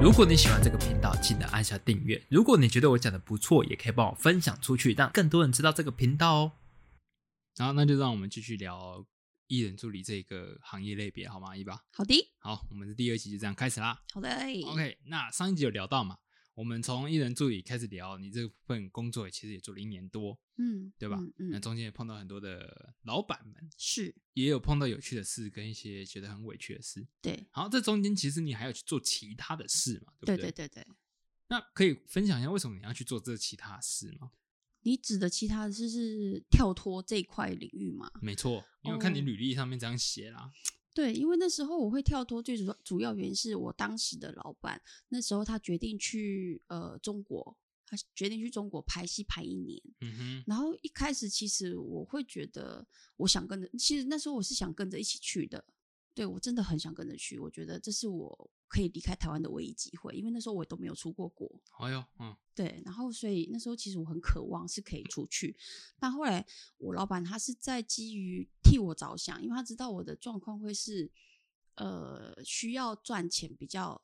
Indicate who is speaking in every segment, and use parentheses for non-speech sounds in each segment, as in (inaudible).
Speaker 1: 如果你喜欢这个频道，记得按下订阅。如果你觉得我讲的不错，也可以帮我分享出去，让更多人知道这个频道哦。然后，那就让我们继续聊艺人助理这个行业类别，好吗？一吧，
Speaker 2: 好的，
Speaker 1: 好，我们的第二集就这样开始啦。
Speaker 2: 好的。哎
Speaker 1: OK，那上一集有聊到嘛？我们从艺人助理开始聊，你这份工作也其实也做了一年多，
Speaker 2: 嗯，
Speaker 1: 对吧？
Speaker 2: 嗯，
Speaker 1: 那
Speaker 2: 嗯
Speaker 1: 中间也碰到很多的老板们，
Speaker 2: 是
Speaker 1: 也有碰到有趣的事跟一些觉得很委屈的事。
Speaker 2: 对，
Speaker 1: 然后这中间其实你还有去做其他的事嘛，对不
Speaker 2: 对
Speaker 1: 对
Speaker 2: 对对对。
Speaker 1: 那可以分享一下为什么你要去做这其他事吗？
Speaker 2: 你指的其他的是是跳脱这一块领域吗？
Speaker 1: 没错，因为我看你
Speaker 2: 啊哦
Speaker 1: 履历上面这样写啦，
Speaker 2: 对，因为那时候我会跳脱，最主主要原因是我当时的老板，那时候他决定去呃中国，他决定去中国排戏排一年。
Speaker 1: 嗯哼，
Speaker 2: 然后一开始其实我会觉得，我想跟着，其实那时候我是想跟着一起去的，对我真的很想跟着去，我觉得这是我可以离开台湾的唯一机会，因为那时候我都没有出过国，
Speaker 1: 哎呦，嗯，
Speaker 2: 对，然后所以那时候其实我很渴望是可以出去，但后来我老板他是在基于替我着想，因为他知道我的状况会是，呃，需要赚钱比较，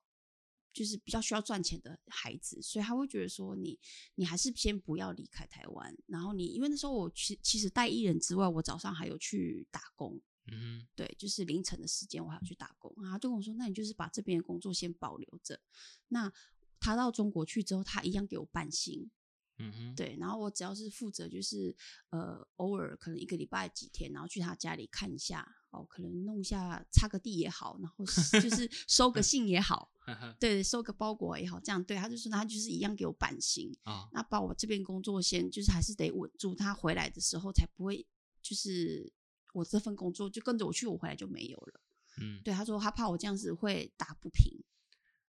Speaker 2: 就是比较需要赚钱的孩子，所以他会觉得说你你还是先不要离开台湾，然后你因为那时候我其其实带艺人之外，我早上还有去打工，
Speaker 1: 嗯
Speaker 2: 对，就是凌晨的时间我还要去打工啊。他就跟我说，那你就是把这边的工作先保留着。那他到中国去之后，他一样给我半薪，
Speaker 1: 哼，嗯哼，
Speaker 2: 对，然后我只要是负责就是呃偶尔可能一个礼拜几天，然后去他家里看一下。哦，可能弄一下擦个地也好，然后就是收个信也好，
Speaker 1: 呵呵
Speaker 2: 对，收个包裹也好，这样对，他就说他就是一样给我半薪，
Speaker 1: 啊，
Speaker 2: 那把我这边工作先就是还是得稳住，他回来的时候才不会就是我这份工作就跟着我去，我回来就没有了。
Speaker 1: 嗯，
Speaker 2: 对，他说他怕我这样子会打不平。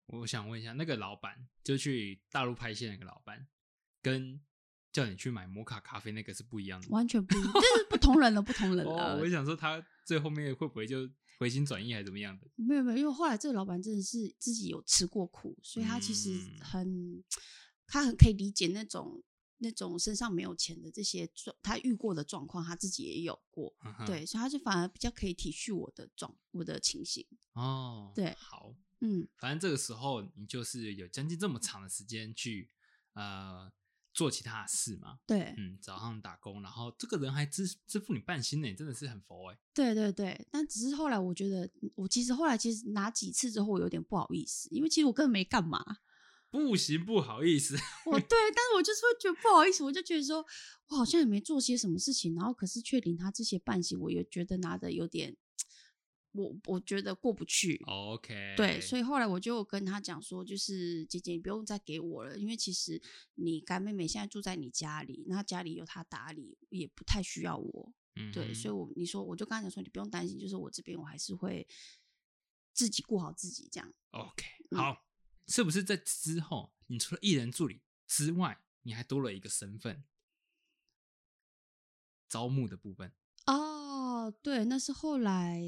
Speaker 1: 我想问一下，那个老板就去大陆拍戏那个老板，跟叫你去买摩卡咖啡那个是不一样的吗。
Speaker 2: 完全不一，这是不同人了，不同人了。
Speaker 1: 哦，我想说他最后面会不会就回心转意还是怎么样的？
Speaker 2: 没有没有，因为后来这个老板真的是自己有吃过苦，所以他其实
Speaker 1: 嗯
Speaker 2: 很，他很可以理解那种那种身上没有钱的这些状，他遇过的状况，他自己也有过。
Speaker 1: 呵呵，
Speaker 2: 对，所以他就反而比较可以体恤我的状，我的情形。
Speaker 1: 哦，
Speaker 2: 对
Speaker 1: 好，
Speaker 2: 嗯，
Speaker 1: 反正这个时候你就是有将近这么长的时间去呃做其他的事嘛，
Speaker 2: 对，
Speaker 1: 嗯，早上打工，然后这个人还支支付你半薪呢，真的是很佛哎、
Speaker 2: 对对对，但只是后来我觉得，嗯我其实后来其实拿几次之后，我有点不好意思，因为其实我根本没干嘛。
Speaker 1: 不行，不好意思，
Speaker 2: 我对，但是我就是会觉得不好意思，我就觉得说我好像也没做些什么事情，然后可是却领他这些半薪，我也觉得拿的有点，我我觉得过不去。
Speaker 1: 哦 OK，
Speaker 2: 对，所以后来我就跟他讲说，就是姐姐，你不用再给我了，因为其实你干妹妹现在住在你家里，那家里有她打理，也不太需要我。
Speaker 1: 以
Speaker 2: 对，所以我你说我就刚才讲说，你不用担心，就是我这边我还是会自己顾好自己这样。
Speaker 1: OK
Speaker 2: 嗯
Speaker 1: 好，是不是在之后，你除了艺人助理之外，你还多了一个身份，招募的部分？
Speaker 2: 哦，对，那是后来，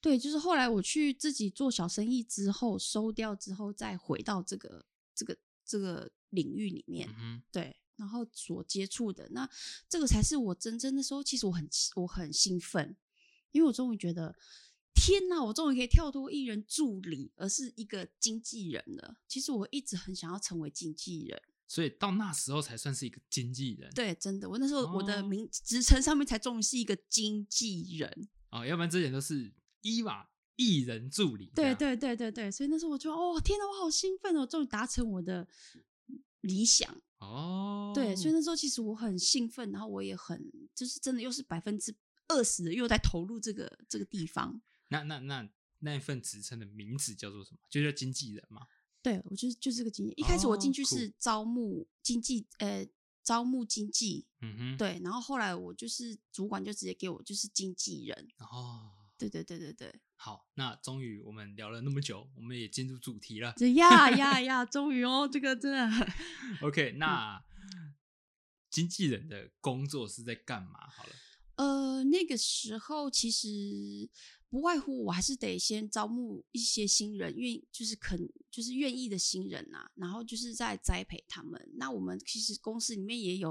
Speaker 2: 对，就是后来我去自己做小生意之后，收掉之后，再回到这个这个这个领域里面
Speaker 1: 嗯，哼，
Speaker 2: 对，然后所接触的，那这个才是我真正的时候，其实我很我很兴奋，因为我终于觉得。天呐，我终于可以跳脱艺人助理，而是一个经纪人了。其实我一直很想要成为经纪人，
Speaker 1: 所以到那时候才算是一个经纪人。
Speaker 2: 对，真的，我那时候我的
Speaker 1: 哦
Speaker 2: 名职称上面才终于是一个经纪人。
Speaker 1: 哦，要不然之前都是伊娃艺人助理。
Speaker 2: 对，对对对对，所以那时候我就哦，天哪，我好兴奋哦，终于达成我的理想。
Speaker 1: 哦，
Speaker 2: 对，所以那时候其实我很兴奋，然后我也很就是真的又是百分之二十又在投入这个这个地方。
Speaker 1: 那那那那一份职称的名字叫做什么？就叫经纪人嘛。
Speaker 2: 对，我就是就是这个经济。一开始我进
Speaker 1: 哦
Speaker 2: 去
Speaker 1: 酷
Speaker 2: 是招募经济，呃，招募经济，
Speaker 1: 嗯哼，。
Speaker 2: 对，然后后来我就是主管就直接给我就是经纪人。
Speaker 1: 哦，
Speaker 2: 对对对对对，
Speaker 1: (laughs) 好，那终于我们聊了那么久，我们也进入主题
Speaker 2: (laughs)
Speaker 1: 了。
Speaker 2: 这呀呀呀，终于哦，这个真的很
Speaker 1: OK，那
Speaker 2: 嗯
Speaker 1: 经纪人的工作是在干嘛？好了，
Speaker 2: 呃，那个时候其实不外乎我还是得先招募一些新人，愿意就是肯就是愿意的新人呐、然后就是在栽培他们。那我们其实公司里面也有，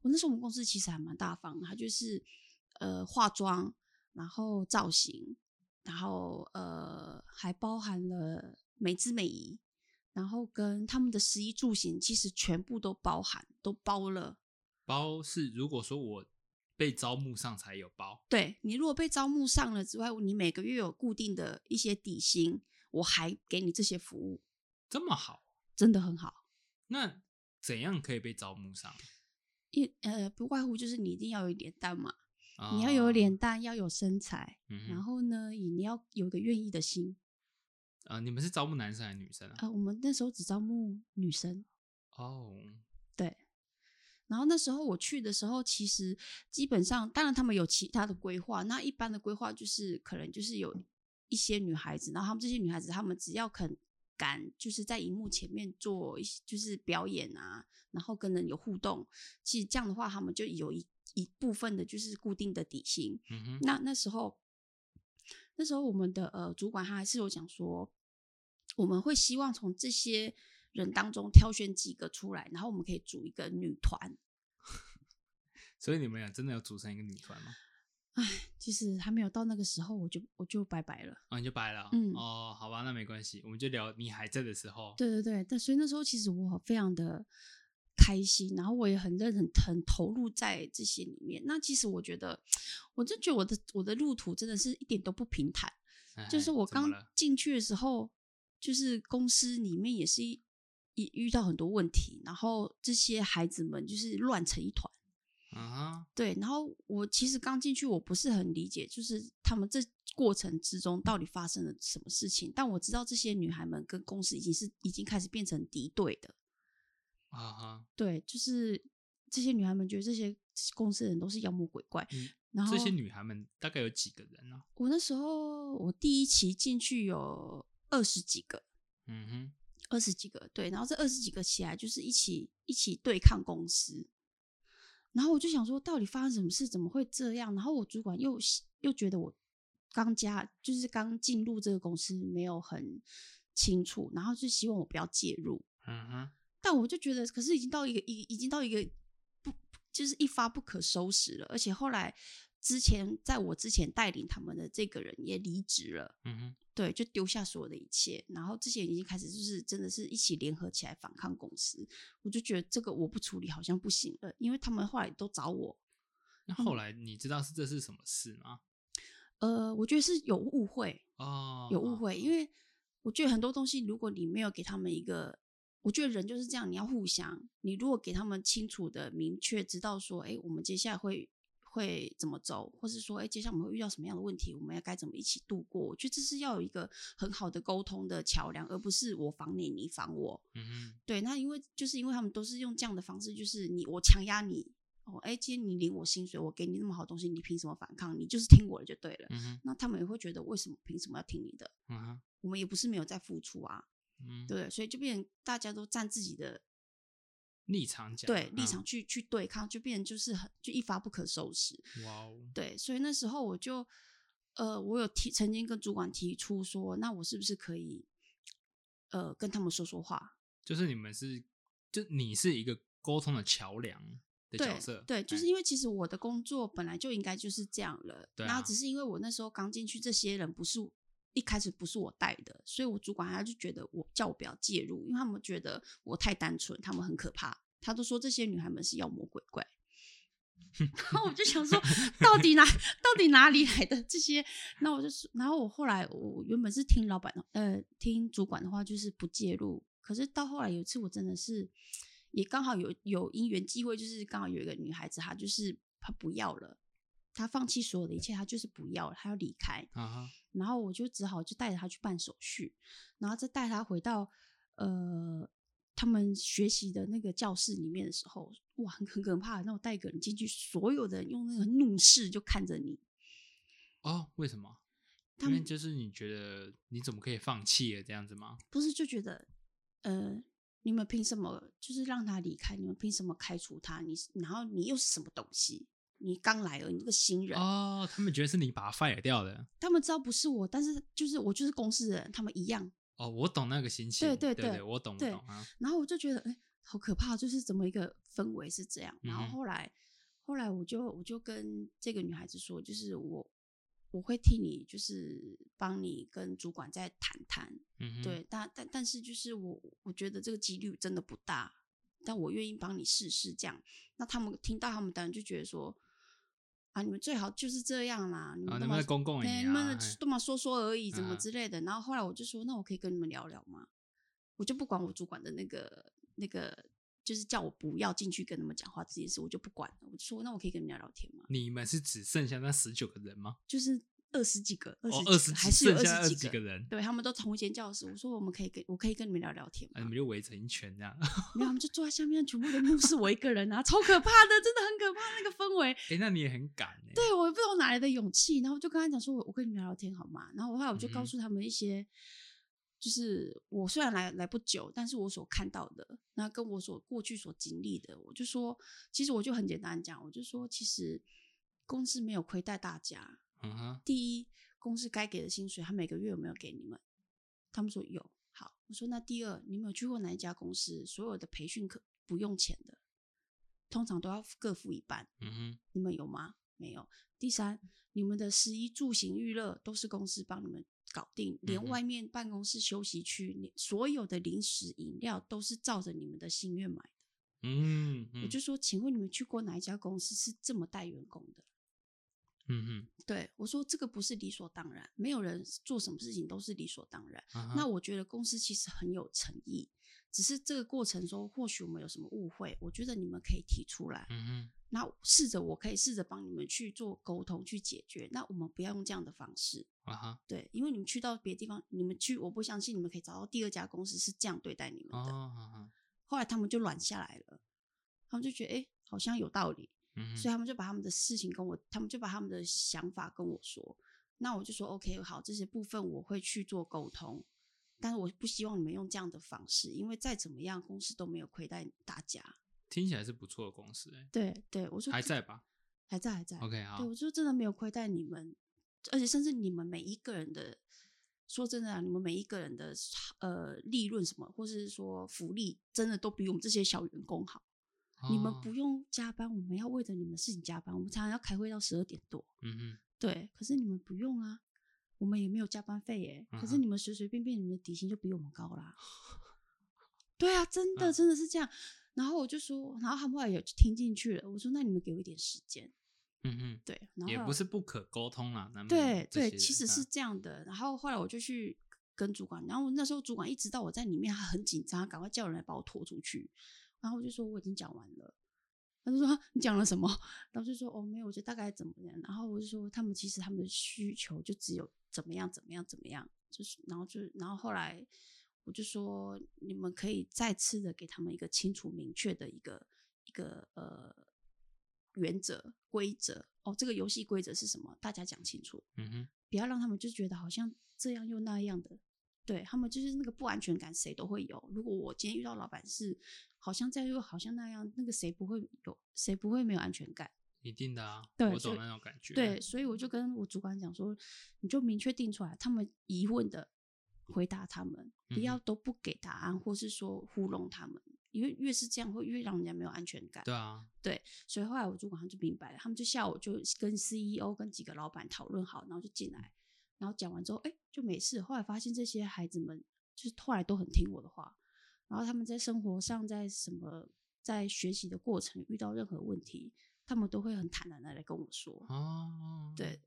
Speaker 2: 我那时候我们公司其实还蛮大方的，它就是呃化妆，然后造型，然后呃还包含了美姿美仪，然后跟他们的食衣住行其实全部都包含，都包了。
Speaker 1: 包是如果说我被招募上才有包，
Speaker 2: 对你如果被招募上了之外，你每个月有固定的一些底薪，我还给你这些服务，
Speaker 1: 这么好，
Speaker 2: 真的很好。
Speaker 1: 那怎样可以被招募上？
Speaker 2: 一呃，不外乎就是你一定要有脸蛋嘛，
Speaker 1: 啊
Speaker 2: 你要有，脸蛋，要有身材，
Speaker 1: 嗯
Speaker 2: 然
Speaker 1: 哼
Speaker 2: 后呢，你你要有一个愿意的心。
Speaker 1: 啊，你们是招募男生还是女生啊？
Speaker 2: 呃，我们那时候只招募女生，
Speaker 1: 哦，
Speaker 2: 对。然后那时候我去的时候，其实基本上，当然他们有其他的规划。那一般的规划就是可能就是有一些女孩子，然后她们这些女孩子，她们只要肯敢，就是在荧幕前面做一些就是表演啊，然后跟人有互动，其实这样的话，她们就有一一部分的就是固定的底薪。
Speaker 1: 嗯哼，
Speaker 2: 那那时候，那时候我们的呃主管他还是有讲说，我们会希望从这些人当中挑选几个出来，然后我们可以组一个女团。
Speaker 1: 所以你们俩真的有组成一个女团吗？
Speaker 2: 其实还没有到那个时候，我就我就拜拜了。
Speaker 1: 哦，你就白了，
Speaker 2: 嗯
Speaker 1: 哦，好吧，那没关系，我们就聊你还在的时候，
Speaker 2: 对对对，但所以那时候其实我非常的开心，然后我也很认很很投入在这些里面。那其实我觉得，我就觉得我的我的路途真的是一点都不平坦。
Speaker 1: 哎
Speaker 2: 就是我
Speaker 1: 怎么
Speaker 2: 刚
Speaker 1: 了
Speaker 2: 进去的时候，就是公司里面也是一一遇到很多问题，然后这些孩子们就是乱成一团。
Speaker 1: 啊哈，
Speaker 2: 对，然后我其实刚进去，我不是很理解，就是他们这过程之中到底发生了什么事情。但我知道这些女孩们跟公司已经是已经开始变成敌对的。
Speaker 1: 啊哈，
Speaker 2: 对，就是这些女孩们觉得这些公司的人都是妖魔鬼怪。
Speaker 1: 嗯
Speaker 2: 然后
Speaker 1: 这些女孩们大概有几个人呢、
Speaker 2: 我那时候我第一期进去有二十几个，
Speaker 1: 嗯哼，
Speaker 2: 二十几个，对，然后这二十几个起来就是一起一起对抗公司。然后我就想说，到底发生什么事？怎么会这样？然后我主管又喜又觉得我刚加，就是刚进入这个公司没有很清楚，然后就希望我不要介入。
Speaker 1: 嗯哼，
Speaker 2: 但我就觉得，可是已经到一个已已经到一个不就是一发不可收拾了。而且后来之前在我之前带领他们的这个人也离职了。
Speaker 1: 嗯哼，
Speaker 2: 对，就丢下所有的一切，然后这些人已经开始就是真的是一起联合起来反抗公司，我就觉得这个我不处理好像不行了，因为他们后来都找我，
Speaker 1: 那
Speaker 2: 嗯
Speaker 1: 后来你知道是这是什么事吗？
Speaker 2: 呃，我觉得是有误会，
Speaker 1: 哦，
Speaker 2: 有误会，因
Speaker 1: 为
Speaker 2: 为我觉得很多东西，如果你没有给他们一个，我觉得人就是这样，你要互相，你如果给他们清楚的、明确知道说，哎，我们接下来会会怎么走，或是说，哎，接下来我们会遇到什么样的问题，我们要该怎么一起度过，我觉得这是要有一个很好的沟通的桥梁，而不是我防你，你防我。
Speaker 1: 嗯哼，
Speaker 2: 对，那因为就是因为他们都是用这样的方式，就是你我强压你。哦，哎，今天你领我薪水，我给你那么好东西，你凭什么反抗？你就是听我的就对了。
Speaker 1: 嗯哼，
Speaker 2: 那他们也会觉得，为什么凭什么要听你的？
Speaker 1: 嗯哼，
Speaker 2: 我们也不是没有在付出啊，
Speaker 1: 嗯，
Speaker 2: 对不对？所以就变成大家都站自己的
Speaker 1: 立场讲，
Speaker 2: 对立
Speaker 1: 嗯
Speaker 2: 场，去去对抗，就变成就是很就一发不可收拾。
Speaker 1: 哇哦，
Speaker 2: 对，所以那时候我就呃，我有提曾经跟主管提出说，那我是不是可以呃跟他们说说话？
Speaker 1: 就是你们是，就你是一个沟通的桥梁的角
Speaker 2: 对
Speaker 1: 色，
Speaker 2: 对，就
Speaker 1: 哎
Speaker 2: 是因为其实我的工作本来就应该就是这样了，
Speaker 1: 对
Speaker 2: 然
Speaker 1: 啊
Speaker 2: 后只是因为我那时候刚进去，这些人不是一开始不是我带的，所以我主管他就觉得我叫我不要介入，因为他们觉得我太单纯，他们很可怕，他都说这些女孩们是妖魔鬼怪。然后我就想说，到底哪到底哪里来的这些？那我就说，然后我后来我原本是听老板的，呃，听主管的话，就是不介入。可是到后来有一次，我真的是也刚好有有因缘机会，就是刚好有一个女孩子，她就是她不要了，她放弃所有的一切，她就是不要了，她要离开。
Speaker 1: 啊哈，
Speaker 2: 然后我就只好就带着她去办手续，然后再带她回到呃他们学习的那个教室里面的时候，哇，很很可怕。那我带一个人进去，所有的人用那个怒视就看着你，
Speaker 1: 哦，为什么？
Speaker 2: 他
Speaker 1: 因为
Speaker 2: 们
Speaker 1: 就是你觉得你怎么可以放弃了这样子吗？
Speaker 2: 不是就觉得，呃，你们凭什么就是让他离开？你们凭什么开除他？你然后你又是什么东西？你刚来而已，你这个新人，
Speaker 1: 哦，他们觉得是你把他 fire 掉的。
Speaker 2: 他们知道不是我，但是就是我就是公司人，他们一样。
Speaker 1: 哦，我懂那个心情，
Speaker 2: 对
Speaker 1: 对
Speaker 2: 对
Speaker 1: 我懂，我
Speaker 2: 对
Speaker 1: 懂啊。
Speaker 2: 然后我就觉得，哎，好可怕，就是怎么一个氛围是这样。
Speaker 1: 嗯
Speaker 2: 然
Speaker 1: 哼
Speaker 2: 后后来，后来我就我就跟这个女孩子说，就是我我会替你就是帮你跟主管再谈谈，
Speaker 1: 嗯哼，
Speaker 2: 对，但但但是就是我我觉得这个几率真的不大，但我愿意帮你试试这样。那他们听到他们当然就觉得说，啊，你们最好就是这样啦，你
Speaker 1: 啊，能
Speaker 2: 们干
Speaker 1: 不
Speaker 2: 嘛
Speaker 1: 能公共一
Speaker 2: 对你
Speaker 1: 点啊
Speaker 2: 们？都嘛说说而已，怎么
Speaker 1: 嗯
Speaker 2: 之类的。然后后来我就说，那我可以跟你们聊聊吗？我就不管我主管的那个那个，就是叫我不要进去跟他们讲话这件事，我就不管了。我就说，那我可以跟你们聊聊天吗？
Speaker 1: 你们是只剩下那十九个人吗？
Speaker 2: 就是二十几个，二十
Speaker 1: 哦
Speaker 2: 几，个、
Speaker 1: 二十
Speaker 2: 还是有
Speaker 1: 剩下
Speaker 2: 二
Speaker 1: 二
Speaker 2: 十
Speaker 1: 十几个。人，
Speaker 2: 对他们都同一间教室，我说我们可以跟我可以跟你们聊聊天
Speaker 1: 啊，
Speaker 2: 吗
Speaker 1: 你？们就围成一圈这样。 (laughs)
Speaker 2: 没有，他们就坐在下面，全部的目视我一个人啊， (laughs) 超可怕的，真的很可怕那个氛围。
Speaker 1: 哎，那你也很敢哎，
Speaker 2: 对，我也不知道哪来的勇气，然后我就跟他讲说，我我跟你们聊聊天好吗？然后我后来我就
Speaker 1: 嗯
Speaker 2: 告
Speaker 1: 哼
Speaker 2: 诉他们一些，就是我虽然来来不久，但是我所看到的，那跟我所过去所经历的，我就说，其实我就很简单讲，我就说，其实公司没有亏待大家，
Speaker 1: 嗯哼，
Speaker 2: 第一，公司该给的薪水，他每个月有没有给你们？他们说有。好，我说那第二，你有没有去过哪一家公司？所有的培训课不用钱的，通常都要各付一半。
Speaker 1: 嗯哼，
Speaker 2: 你们有吗？没有。第三，
Speaker 1: 嗯
Speaker 2: 你们的食衣住行娱乐都是公司帮你们搞定，
Speaker 1: 嗯
Speaker 2: 连
Speaker 1: 哼
Speaker 2: 外面办公室休息区，你所有的零食饮料都是照着你们的心愿买的。
Speaker 1: 嗯，
Speaker 2: 我
Speaker 1: 嗯
Speaker 2: 就说，请问你们去过哪一家公司是这么带员工的？
Speaker 1: 嗯
Speaker 2: 对我说，这个不是理所当然，没有人做什么事情都是理所当然。
Speaker 1: 哼，啊哈
Speaker 2: 那我觉得公司其实很有诚意，只是这个过程中或许我们有什么误会，我觉得你们可以提出来。
Speaker 1: 嗯哼，
Speaker 2: 那试着我可以试着帮你们去做沟通去解决。那我们不要用这样的方式，
Speaker 1: 啊哈，
Speaker 2: 对，因为你们去到别的地方，你们去，我不相信你们可以找到第二家公司是这样对待你们的。
Speaker 1: 哦，啊哈
Speaker 2: 后来他们就软下来了，他们就觉得哎、诶好像有道理，
Speaker 1: 嗯
Speaker 2: 所以
Speaker 1: 哼，
Speaker 2: 他们就把他们的事情跟我，他们就把他们的想法跟我说。那我就说 OK，好，这些部分我会去做沟通，但是我不希望你们用这样的方式，因为再怎么样，公司都没有亏待大家。
Speaker 1: 听起来是不错的公司哎，
Speaker 2: 对对，我说
Speaker 1: 还
Speaker 2: 这
Speaker 1: 在吧
Speaker 2: 还在，还在。
Speaker 1: ？OK，好
Speaker 2: 对，，我就真的没有亏待你们，而且甚至你们每一个人的，说真的啊，你们每一个人的呃利润什么，或是说福利，真的都比我们这些小员工好。你们
Speaker 1: 哦
Speaker 2: 不，用加班，我们要为了你们的事情加班，我们常常要开会到十二点多。
Speaker 1: 嗯哼，
Speaker 2: 对，可是你们不用啊，我们也没有加班费耶、可是
Speaker 1: 嗯哼
Speaker 2: 你们随随便便，你们的底薪就比我们高
Speaker 1: (laughs)
Speaker 2: 啦。对啊，真的
Speaker 1: 嗯
Speaker 2: 真的是这样。然后我就说，然后他们后来也听进去了。我说，那你们给我一点时间。
Speaker 1: 嗯哼，
Speaker 2: 对，然后
Speaker 1: 也
Speaker 2: 后来
Speaker 1: 不是不可沟通啦，难
Speaker 2: 对
Speaker 1: 免这
Speaker 2: 对，
Speaker 1: 些
Speaker 2: 其
Speaker 1: 人
Speaker 2: 实是
Speaker 1: 啊
Speaker 2: 这样的。然后后来我就去跟主管，然后那时候主管一直到我在里面，他很紧张，他赶快叫人来把我拖出去。然后我就说我已经讲完了，他就说啊你讲了什么？ (laughs) 然后就说哦没有，我就大概怎么样。然后我就说他们其实他们的需求就只有怎么样怎么样怎么样，就是然后就然后后来我就说你们可以再次的给他们一个清楚明确的一个一个呃原则规则哦，这个游戏规则是什么？大家讲清楚，
Speaker 1: 嗯哼，
Speaker 2: 不要让他们就觉得好像这样又那样的。对他们就是那个不安全感，谁都会有。如果我今天遇到老板是好像这样又好像那样，那个谁不会有，谁不会没有安全感？
Speaker 1: 一定的啊，
Speaker 2: 对
Speaker 1: 我
Speaker 2: 所
Speaker 1: 懂
Speaker 2: 以
Speaker 1: 那种感觉，
Speaker 2: 对，，所以我就跟我主管讲说，你就明确定出来，他们疑问的回答他们，不要都不给答案，或是说糊弄他们，因为越是这样会越让人家没有安全感。
Speaker 1: 对啊，
Speaker 2: 所以后来我主管他就明白了，他们就下午就跟 CEO 跟几个老板讨论好，然后就进来，然后讲完之后，哎，就没事。后来发现这些孩子们就是后来都很听我的话，然后他们在生活上在什么在学习的过程遇到任何问题，他们都会很坦然的来跟我说。
Speaker 1: 哦，
Speaker 2: 对，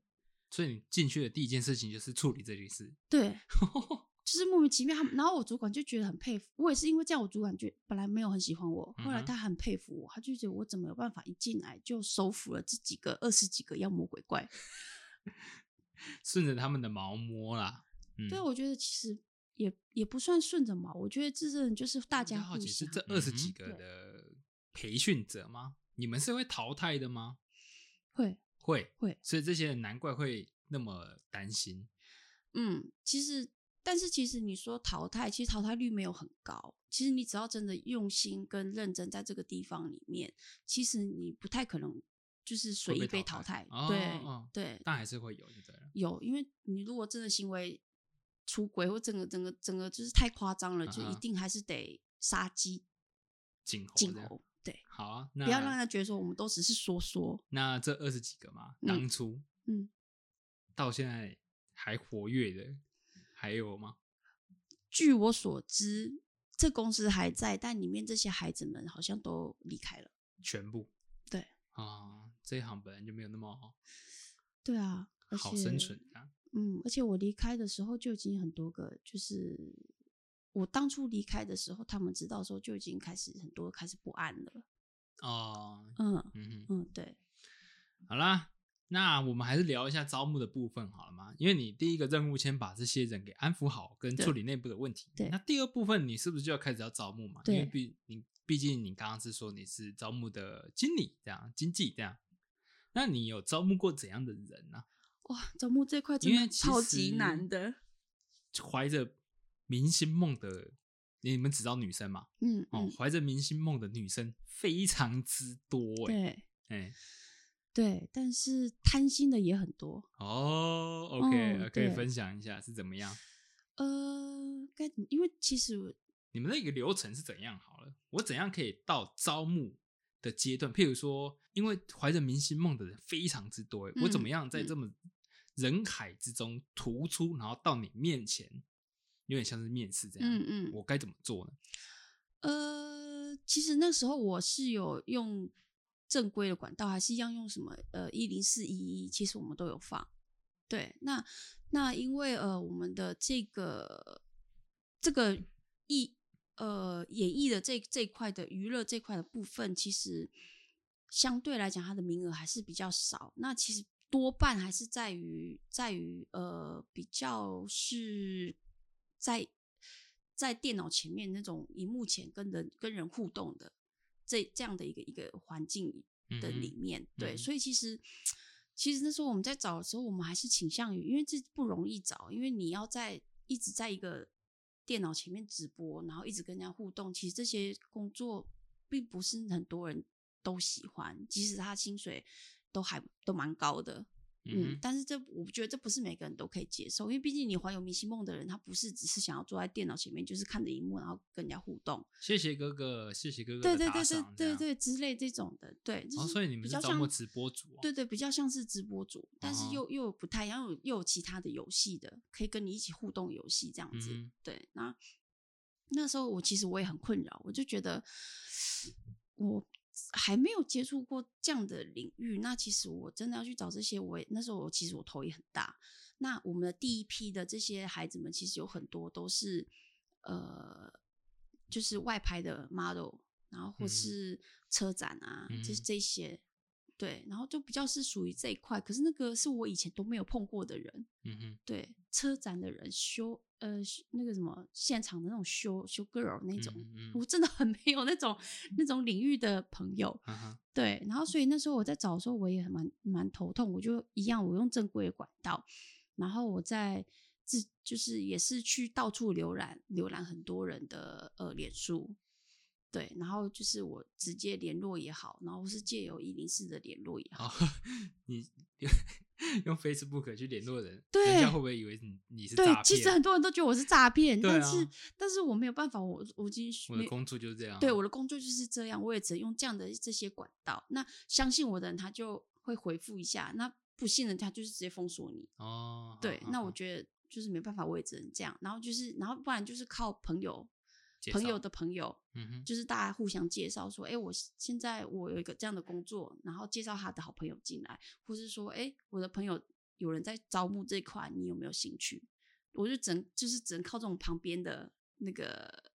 Speaker 1: 所以你进去的第一件事情就是处理这件事， (laughs)
Speaker 2: 对，就是莫名其妙他们。然后我主管就觉得很佩服我，也是因为这样，我主管就本来没有很喜欢我，后来
Speaker 1: 嗯哼
Speaker 2: 他很佩服我，他就觉得我怎么有办法一进来就收服了这几个二十几个妖魔鬼怪。
Speaker 1: 顺着他们的毛摸啦。嗯，
Speaker 2: 对，我觉得其实也也不算顺着毛，我觉得这真的就是大
Speaker 1: 比较
Speaker 2: 家
Speaker 1: 嗯好
Speaker 2: 互
Speaker 1: 奇是
Speaker 2: 相。
Speaker 1: 这二十几
Speaker 2: 嗯
Speaker 1: 个
Speaker 2: 对
Speaker 1: 的培训者吗？你们是会淘汰的吗？
Speaker 2: 会
Speaker 1: 会
Speaker 2: 会，
Speaker 1: 所以这些人难怪会那么担心。
Speaker 2: 嗯，其实但是其实你说淘汰，其实淘汰率没有很高。其实你只要真的用心跟认真在这个地方里面，其实你不太可能就是随
Speaker 1: 会
Speaker 2: 意
Speaker 1: 被
Speaker 2: 被
Speaker 1: 淘
Speaker 2: 淘
Speaker 1: 汰
Speaker 2: 汰。
Speaker 1: 哦
Speaker 2: 对、
Speaker 1: 哦
Speaker 2: 对，
Speaker 1: 但还是会有，就对了。
Speaker 2: 有，因为你如果真的行为出轨或整个整个整个就是太夸张了，就
Speaker 1: 啊
Speaker 2: 一
Speaker 1: 哈
Speaker 2: 定还是得杀鸡
Speaker 1: 儆猴，
Speaker 2: 儆
Speaker 1: 这样
Speaker 2: 猴。对，
Speaker 1: 好啊，
Speaker 2: 不要让
Speaker 1: 那
Speaker 2: 他觉得说我们都只是说说。
Speaker 1: 那这二十几个嘛，
Speaker 2: 嗯
Speaker 1: 当初
Speaker 2: 嗯
Speaker 1: 到现在还活跃的，还有吗？
Speaker 2: 据我所知，这公司还在，但里面这些孩子们好像都离开了。
Speaker 1: 全部
Speaker 2: 对
Speaker 1: 啊，这一行本来就没有那么
Speaker 2: 对啊，而
Speaker 1: 好生
Speaker 2: 且
Speaker 1: 存啊。
Speaker 2: 嗯，而且我离开的时候就已经很多个，就是我当初离开的时候，他们知道说就已经开始很多开始不安了。
Speaker 1: 哦，
Speaker 2: 嗯
Speaker 1: 嗯哼。
Speaker 2: 嗯，对，
Speaker 1: 好啦，那我们还是聊一下招募的部分好了吗？因为你第一个任务先把这些人给安抚好，跟
Speaker 2: 对
Speaker 1: 处理内部的问题。
Speaker 2: 对
Speaker 1: 那第二部分你是不是就要开始要招募嘛？因
Speaker 2: 对
Speaker 1: 为毕你毕竟你刚刚是说你是招募的经理这样，经济这样。那你有招募过怎样的人呢、
Speaker 2: 哇，招募这块真
Speaker 1: 因为
Speaker 2: 的
Speaker 1: 其
Speaker 2: 超级
Speaker 1: 实
Speaker 2: 难的。
Speaker 1: 怀着明星梦的，你们只招女生嘛？
Speaker 2: 嗯，
Speaker 1: 哦
Speaker 2: 嗯，
Speaker 1: 怀着明星梦的女生非常之多哎、
Speaker 2: 对
Speaker 1: 哎、
Speaker 2: 对，但是贪心的也很多。
Speaker 1: 哦，OK，、
Speaker 2: 哦
Speaker 1: 可以
Speaker 2: 对
Speaker 1: 分享一下是怎么样？
Speaker 2: 呃，该怎么？因为其实我
Speaker 1: 你们那个流程是怎样好了？我怎样可以到招募的阶段？譬如说，因为怀着明星梦的人非常之多欸，
Speaker 2: 嗯
Speaker 1: 我怎么样在这么人海之中突出，然后到你面前，有点像是面试这样。
Speaker 2: 嗯嗯
Speaker 1: 我该怎么做呢？
Speaker 2: 呃，其实那时候我是有用正规的管道，还是一样用什么呃一零四一一，其实我们都有放。对，那那因为呃我们的这个这个艺呃演艺的这这一块的娱乐这块的部分，其实相对来讲它的名额还是比较少。那其实多半还是在于在于呃比较是在在电脑前面那种荧幕前跟人跟人互动的这这样的一个一个环境的
Speaker 1: 嗯哼
Speaker 2: 里面。对，
Speaker 1: 嗯
Speaker 2: 所以其实其实那时候我们在找的时候，我们还是倾向于，因为这不容易找，因为你要在一直在一个电脑前面直播，然后一直跟人家互动，其实这些工作并不是很多人都喜欢，即使他薪水都还都蛮高的。嗯
Speaker 1: 嗯，
Speaker 2: 但是这我觉得这不是每个人都可以接受，因为毕竟你环游明星梦的人，他不是只是想要坐在电脑前面，就是看着荧幕然后跟人家互动，
Speaker 1: 谢谢哥哥，谢谢哥哥
Speaker 2: 对
Speaker 1: 的
Speaker 2: 对
Speaker 1: 打
Speaker 2: 对对
Speaker 1: 赏这
Speaker 2: 对
Speaker 1: 样。
Speaker 2: 对之类这种的，对。就
Speaker 1: 哦，
Speaker 2: 是
Speaker 1: 所以你们
Speaker 2: 比
Speaker 1: 是
Speaker 2: 较
Speaker 1: 招募
Speaker 2: 像
Speaker 1: 直播主、哦，
Speaker 2: 对对，比较像是直播主，但
Speaker 1: 哦
Speaker 2: 是又又不太一样，又有又有其他的游戏的，可以跟你一起互动游戏这样子。
Speaker 1: 嗯哼
Speaker 2: 对，那那时候我其实我也很困扰，我就觉得我还没有接触过这样的领域，那其实我真的要去找这些，我也那时候我其实我头也很大。那我们的第一批的这些孩子们，其实有很多都是呃，就是外拍的 model，然后
Speaker 1: 嗯
Speaker 2: 或是车展啊，这
Speaker 1: 嗯
Speaker 2: 这些。对，然后就比较是属于这一块，可是那个是我以前都没有碰过的人，
Speaker 1: 嗯哼，
Speaker 2: 对车展的人修呃修那个什么现场的那种修修 girl 那种，
Speaker 1: 嗯嗯嗯
Speaker 2: 我真的很没有那种那种领域的朋友，
Speaker 1: 哈啊哈，
Speaker 2: 对，然后所以那时候我在找的时候，我也很蛮蛮头痛，我就一样，我用正规的管道，然后我在自就是也是去到处浏览浏览很多人的呃脸书，对，然后就是我直接联络也好，然后是借由一零四的联络也好，
Speaker 1: 好，你用 (laughs) Facebook 去联络人，
Speaker 2: 对
Speaker 1: 人家会不会以为你你是
Speaker 2: 对
Speaker 1: 诈骗？，
Speaker 2: 其实很多人都觉得我是诈骗，
Speaker 1: 对
Speaker 2: 但
Speaker 1: 啊
Speaker 2: 是但是我没有办法，我我已经
Speaker 1: 我
Speaker 2: 没
Speaker 1: 的工作就是这样啊，
Speaker 2: 对我的工作就是这样，我也只能用这样的这些管道。那相信我的人，他就会回复一下；那不信任他，就是直接封锁你。
Speaker 1: 哦，
Speaker 2: 对，那我
Speaker 1: 就
Speaker 2: 觉得就是没办法，我也只能这样。然后就是，然后不然就是靠朋友
Speaker 1: 介，
Speaker 2: 朋友
Speaker 1: 绍
Speaker 2: 的朋友，
Speaker 1: 嗯哼，
Speaker 2: 就是大家互相介绍说，哎、我现在我有一个这样的工作，然后介绍他的好朋友进来，或是说，哎、我的朋友有人在招募这一块，你有没有兴趣？我就只能就是只能靠这种旁边的那个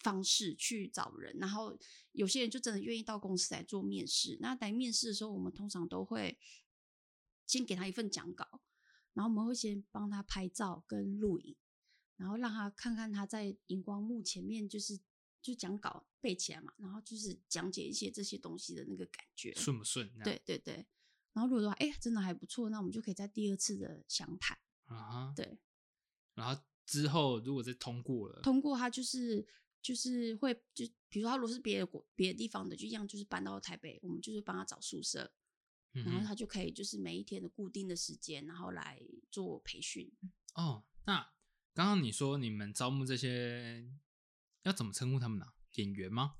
Speaker 2: 方式去找人，然后有些人就真的愿意到公司来做面试。那来面试的时候，我们通常都会先给他一份讲稿，然后我们会先帮他拍照跟录影，然后让他看看他在荧光幕前面就是就讲稿背起来嘛，然后就是讲解一些这些东西的那个感觉。
Speaker 1: 顺不顺？这样
Speaker 2: 对对对。然后如果说哎、真的还不错，那我们就可以在第二次的详谈。
Speaker 1: 啊哈，
Speaker 2: 对，
Speaker 1: 然后之后如果再通过了，
Speaker 2: 通过他就是就是会就比如说他如果是别的国别的地方的，就一样就是搬到台北，我们就是帮他找宿舍，
Speaker 1: 嗯
Speaker 2: 然后
Speaker 1: 哼
Speaker 2: 他就可以就是每一天的固定的时间，然后来做培训。
Speaker 1: 哦，那刚刚你说你们招募这些要怎么称呼他们呢、演员吗？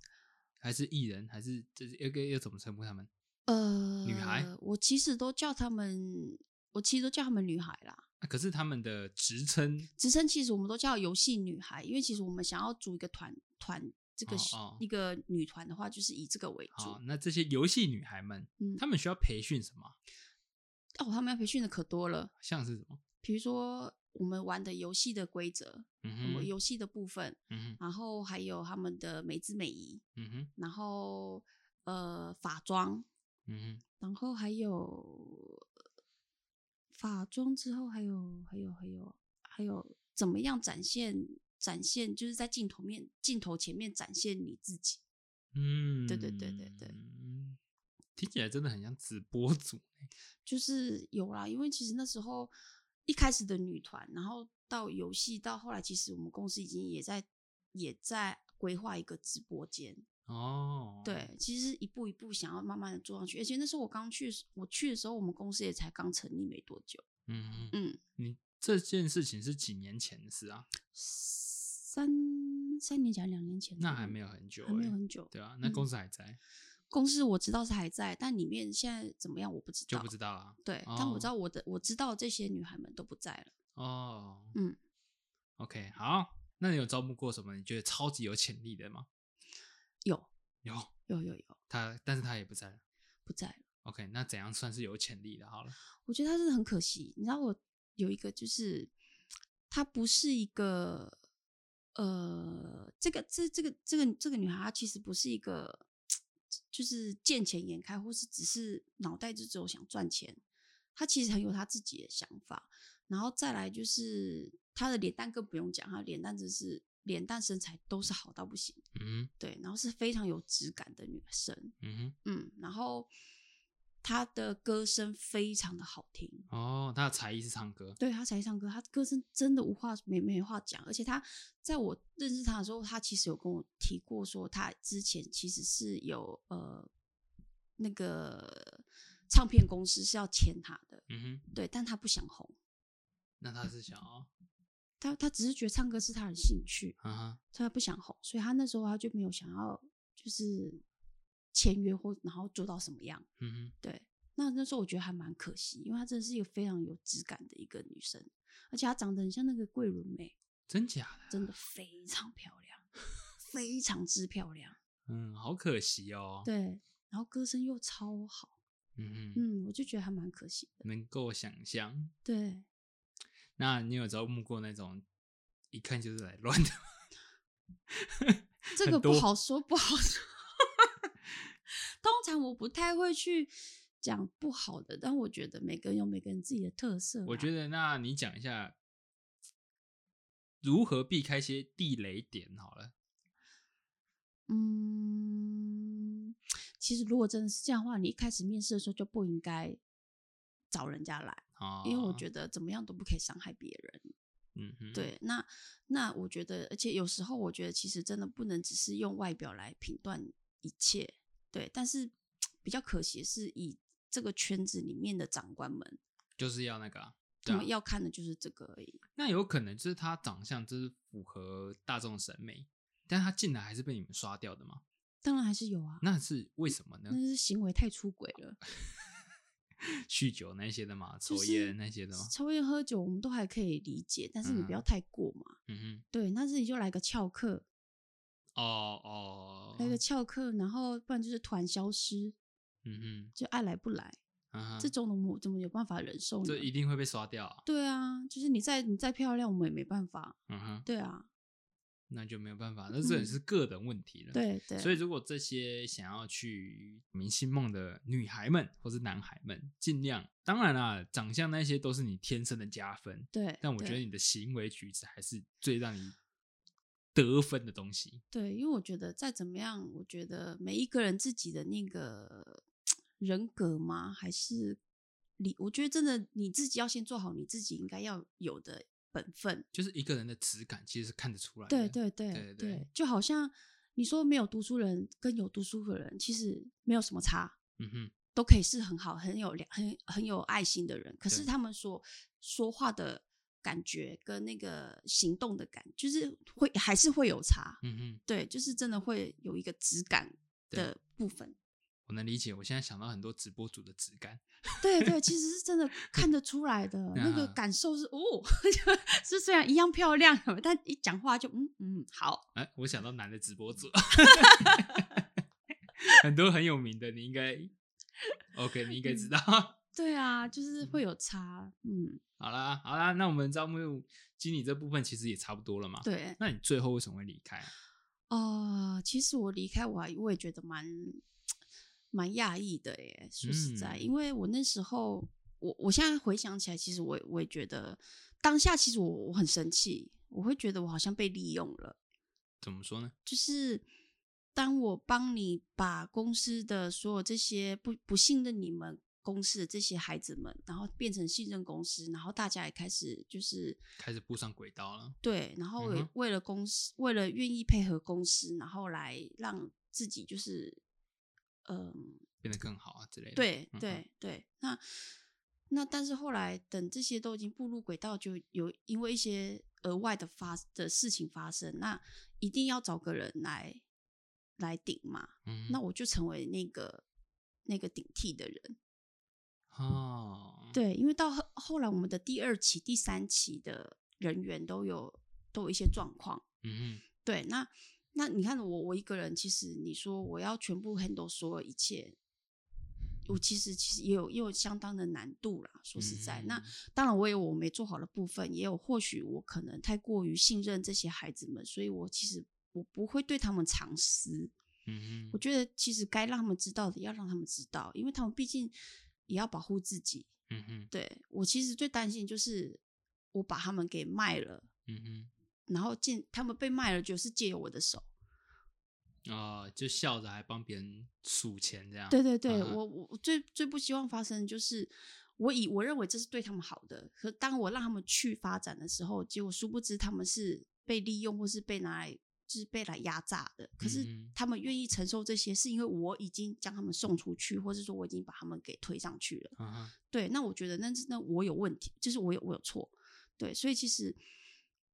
Speaker 1: 还是艺人？还是就是要要要怎么称呼他们？
Speaker 2: 呃，
Speaker 1: 女孩，
Speaker 2: 我其实都叫他们我其实都叫她们女孩啦。
Speaker 1: 啊可是他们的职称
Speaker 2: 职称其实我们都叫游戏女孩，因为其实我们想要组一个团团，这个
Speaker 1: 哦
Speaker 2: 是
Speaker 1: 哦
Speaker 2: 一个女团的话，就是以这个为主。
Speaker 1: 啊，那这些游戏女孩们，
Speaker 2: 嗯
Speaker 1: 她们需要培训什么啊？
Speaker 2: 哦，他们要培训的可多了，
Speaker 1: 像是什么？
Speaker 2: 比如说我们玩的游戏的规则，
Speaker 1: 嗯
Speaker 2: 我们
Speaker 1: 哼，
Speaker 2: 游戏的部分，
Speaker 1: 嗯哼，
Speaker 2: 然后还有他们的美姿美仪，
Speaker 1: 嗯哼，
Speaker 2: 然后呃法妆，
Speaker 1: 嗯哼，
Speaker 2: 然后还有法妆之后还有还有还有还有怎么样展现展现，就是在镜头面镜头前面展现你自己。
Speaker 1: 嗯，
Speaker 2: 对对对对对
Speaker 1: 嗯，听起来真的很像直播主欸。
Speaker 2: 就是有啦，因为其实那时候一开始的女团，然后到游戏，到后来其实我们公司已经也在也在规划一个直播间，
Speaker 1: 哦，，
Speaker 2: 对，其实一步一步想要慢慢的做上去，而且那时候我刚去，我去的时候我们公司也才刚成立没多久，
Speaker 1: 嗯哼，
Speaker 2: 嗯，
Speaker 1: 你这件事情是几年前的事啊？
Speaker 2: 三三年前两年前，
Speaker 1: 那还没有很久，
Speaker 2: 还没有，很久，
Speaker 1: 对啊，那
Speaker 2: 嗯
Speaker 1: 公司还在，
Speaker 2: 公司我知道是还在，但里面现在怎么样我不知
Speaker 1: 就
Speaker 2: 道，
Speaker 1: 不知道啦。
Speaker 2: 对，但我
Speaker 1: 哦
Speaker 2: 知道我的我知道这些女孩们都不在了。
Speaker 1: 哦，
Speaker 2: 嗯
Speaker 1: ，OK，好，那你有招募过什么你觉得超级有潜力的吗？
Speaker 2: 有
Speaker 1: 有，
Speaker 2: 有有有，
Speaker 1: 他，但是他也不在了。
Speaker 2: 不在了。
Speaker 1: OK，那怎样算是有潜力的？好了，
Speaker 2: 我觉得他真的很可惜。你知道，我有一个就是，她不是一个呃，这个这这个这个这个女孩，她其实不是一个就是见钱眼开，或是只是脑袋就只有想赚钱。她其实很有她自己的想法。然后再来就是她的脸蛋更不用讲，她脸蛋真是脸蛋身材都是好到不行，
Speaker 1: 嗯
Speaker 2: 对，然后是非常有质感的女生，
Speaker 1: 哼嗯
Speaker 2: 嗯，然后她的歌声非常的好听，
Speaker 1: 哼，哦，他的才艺是唱歌，
Speaker 2: 对他才唱歌，他歌声真的无话没没话讲，而且他在我认识他的时候，他其实有跟我提过说，他之前其实是有呃那个唱片公司是要签他的，
Speaker 1: 嗯哼，
Speaker 2: 对，但他不想红，
Speaker 1: 那他是想要，
Speaker 2: 他他只是觉得唱歌是他的兴趣，
Speaker 1: 啊哈，
Speaker 2: 所以他不想红，所以他那时候他就没有想要就是签约或然后做到什么样，
Speaker 1: 嗯哼，
Speaker 2: 对。那那时候我觉得还蛮可惜，因为她真的是一个非常有质感的一个女生，而且她长得很像那个桂纶镁，
Speaker 1: 真假的？
Speaker 2: 真的非常漂亮，非常之漂亮。
Speaker 1: 嗯，好可惜哦。，
Speaker 2: 对，然后歌声又超好，
Speaker 1: 嗯哼，
Speaker 2: 嗯，我就觉得还蛮可惜的。
Speaker 1: 能够想象。
Speaker 2: 对，
Speaker 1: 那你有招募过那种一看就是来乱的？ (laughs)
Speaker 2: 这
Speaker 1: 很
Speaker 2: 个不
Speaker 1: 多
Speaker 2: 好说，不好说。 (laughs) 通常我不太会去讲不好的，但我觉得每个人有每个人自己的特色啦。
Speaker 1: 我觉得，那你讲一下如何避开一些地雷点好了。
Speaker 2: 嗯，其实如果真的是这样的话，你一开始面试的时候就不应该找人家来，
Speaker 1: 啊，
Speaker 2: 因为我觉
Speaker 1: 得，
Speaker 2: 得怎么样都不可以伤害别人。
Speaker 1: 嗯哼，，
Speaker 2: 对，那那我觉得，而且有时候我觉得，其实真的不能只是用外表来评断一切。对，但是比较可惜的是，以这个圈子里面的长官们，
Speaker 1: 就是要那个、啊。
Speaker 2: 他
Speaker 1: 对啊
Speaker 2: 们要看的就是这个而已。
Speaker 1: 那有可能就是他长相就是符合大众审美，但他进来还是被你们刷掉的嘛？
Speaker 2: 当然还是有啊，
Speaker 1: 那是为什么呢
Speaker 2: 那？是行为太出轨了。
Speaker 1: 酗酒那些的嘛，
Speaker 2: 就
Speaker 1: 抽
Speaker 2: 是
Speaker 1: 烟那些的嘛。
Speaker 2: 抽烟喝酒我们都还可以理解，但是你不要
Speaker 1: 嗯
Speaker 2: 太过嘛。
Speaker 1: 嗯
Speaker 2: 对，那是你就来个翘课，
Speaker 1: 哼，哦哦，
Speaker 2: 来个翘课，然后不然就是突然消失，
Speaker 1: 嗯
Speaker 2: 就爱来不来，
Speaker 1: 哼，啊哈
Speaker 2: 这种的我怎么有办法忍受呢？
Speaker 1: 这一定会被刷掉、啊。
Speaker 2: 对啊，就是你再你再漂亮，我们也没办法。
Speaker 1: 嗯哼，
Speaker 2: 对啊，
Speaker 1: 那就没有办法，那这也
Speaker 2: 嗯
Speaker 1: 是个人问题了。。
Speaker 2: 对对，
Speaker 1: 所以，如果这些想要去明星梦的女孩们或是男孩们，尽量，当然啦，长相那些都是你天生的加分，
Speaker 2: 对，
Speaker 1: 但我觉得
Speaker 2: 对
Speaker 1: 你的行为举止还是最让你得分的东西。
Speaker 2: 对，因为我觉得再怎么样，我觉得每一个人自己的那个人格嘛，还是你，我觉得真的你自己要先做好你自己应该要有的本分。
Speaker 1: 就是一个人的质感，其实是看得出来的。
Speaker 2: 对对对
Speaker 1: 对对
Speaker 2: 就好像你说没有读书人跟有读书的人，其实没有什么差。
Speaker 1: 嗯哼，
Speaker 2: 都可以是很好、很有良、很很有爱心的人，可是
Speaker 1: 对
Speaker 2: 他们所说话的感觉跟那个行动的感，就是会还是会有差。
Speaker 1: 嗯哼，
Speaker 2: 对，就是真的会有一个质感
Speaker 1: 对
Speaker 2: 的部分。
Speaker 1: 我能理解，我现在想到很多直播主的质感，
Speaker 2: 对对，其实是真
Speaker 1: (laughs)
Speaker 2: 的看得出来的，那个
Speaker 1: 啊
Speaker 2: 感受是哦， (laughs) 是虽然一样漂亮， (laughs) 但一讲话就嗯嗯好，
Speaker 1: 哎、我想到男的直播
Speaker 2: (laughs)
Speaker 1: 主，很多很有名的，你应该 OK，你应
Speaker 2: 嗯
Speaker 1: 该知道。 (laughs)
Speaker 2: 对啊，就是会有差，嗯，
Speaker 1: 好啦，好啦，那我们招募经理这部分其实也差不多了嘛。
Speaker 2: 对，
Speaker 1: 那你最后为什么会离开啊？
Speaker 2: 哦，其实我离开我还我也觉得蛮蛮讶异的耶，说实在，
Speaker 1: 嗯
Speaker 2: 因为我那时候，我我现在回想起来，其实我也我也觉得当下其实我我很生气，我会觉得我好像被利用了。
Speaker 1: 怎么说呢？
Speaker 2: 就是当我帮你把公司的所有这些不不信任你们公司的这些孩子们，然后变成信任公司，然后大家也开始就是
Speaker 1: 开始步上轨道了。
Speaker 2: 对，然后
Speaker 1: 嗯
Speaker 2: 也
Speaker 1: 哼
Speaker 2: 为了公司，为了愿意配合公司，然后来让自己就是，嗯，
Speaker 1: 变得更好啊之类的。
Speaker 2: 对
Speaker 1: 嗯
Speaker 2: 对对，那那但是后来等这些都已经步入轨道，就有因为一些额外的发的事情发生，那一定要找个人来来顶嘛，
Speaker 1: 嗯，
Speaker 2: 那我就成为那个那个顶替的人。
Speaker 1: 哦，
Speaker 2: 对，因为到后后来我们的第二期、第三期的人员都有都有一些状况。
Speaker 1: 嗯哼
Speaker 2: 对，那那你看我我一个人，其实你说我要全部 handle 所有一切，我其实其实也有也有相当的难度啦。说实在，那
Speaker 1: 嗯
Speaker 2: 当然我有我没做好的部分，也有或许我可能太过于信任这些孩子们，所以我其实我不会对他们藏私。
Speaker 1: 嗯
Speaker 2: 我
Speaker 1: 哼，
Speaker 2: 觉得其实该让他们知道的要让他们知道，因为他们毕竟也要保护自己。
Speaker 1: 嗯哼，
Speaker 2: 对我其实最担心就是我把他们给卖了，
Speaker 1: 嗯
Speaker 2: 然后借他们被卖了，就是借由我的手。
Speaker 1: 哼，哦，就笑着还帮别人数钱这样。
Speaker 2: 对对对，
Speaker 1: 嗯哼
Speaker 2: 我我我最最不希望发生的就是，我以我认为这是对他们好的，可当我让他们去发展的时候，结果殊不知他们是被利用或是被拿来就是被来压榨的。可是
Speaker 1: 嗯哼
Speaker 2: 他们愿意承受这些，是因为我已经将他们送出去，或是说我已经把他们给推上去了。
Speaker 1: 嗯哼，
Speaker 2: 对，那我觉得那是那我有问题，就是我有我有错，对，所以其实，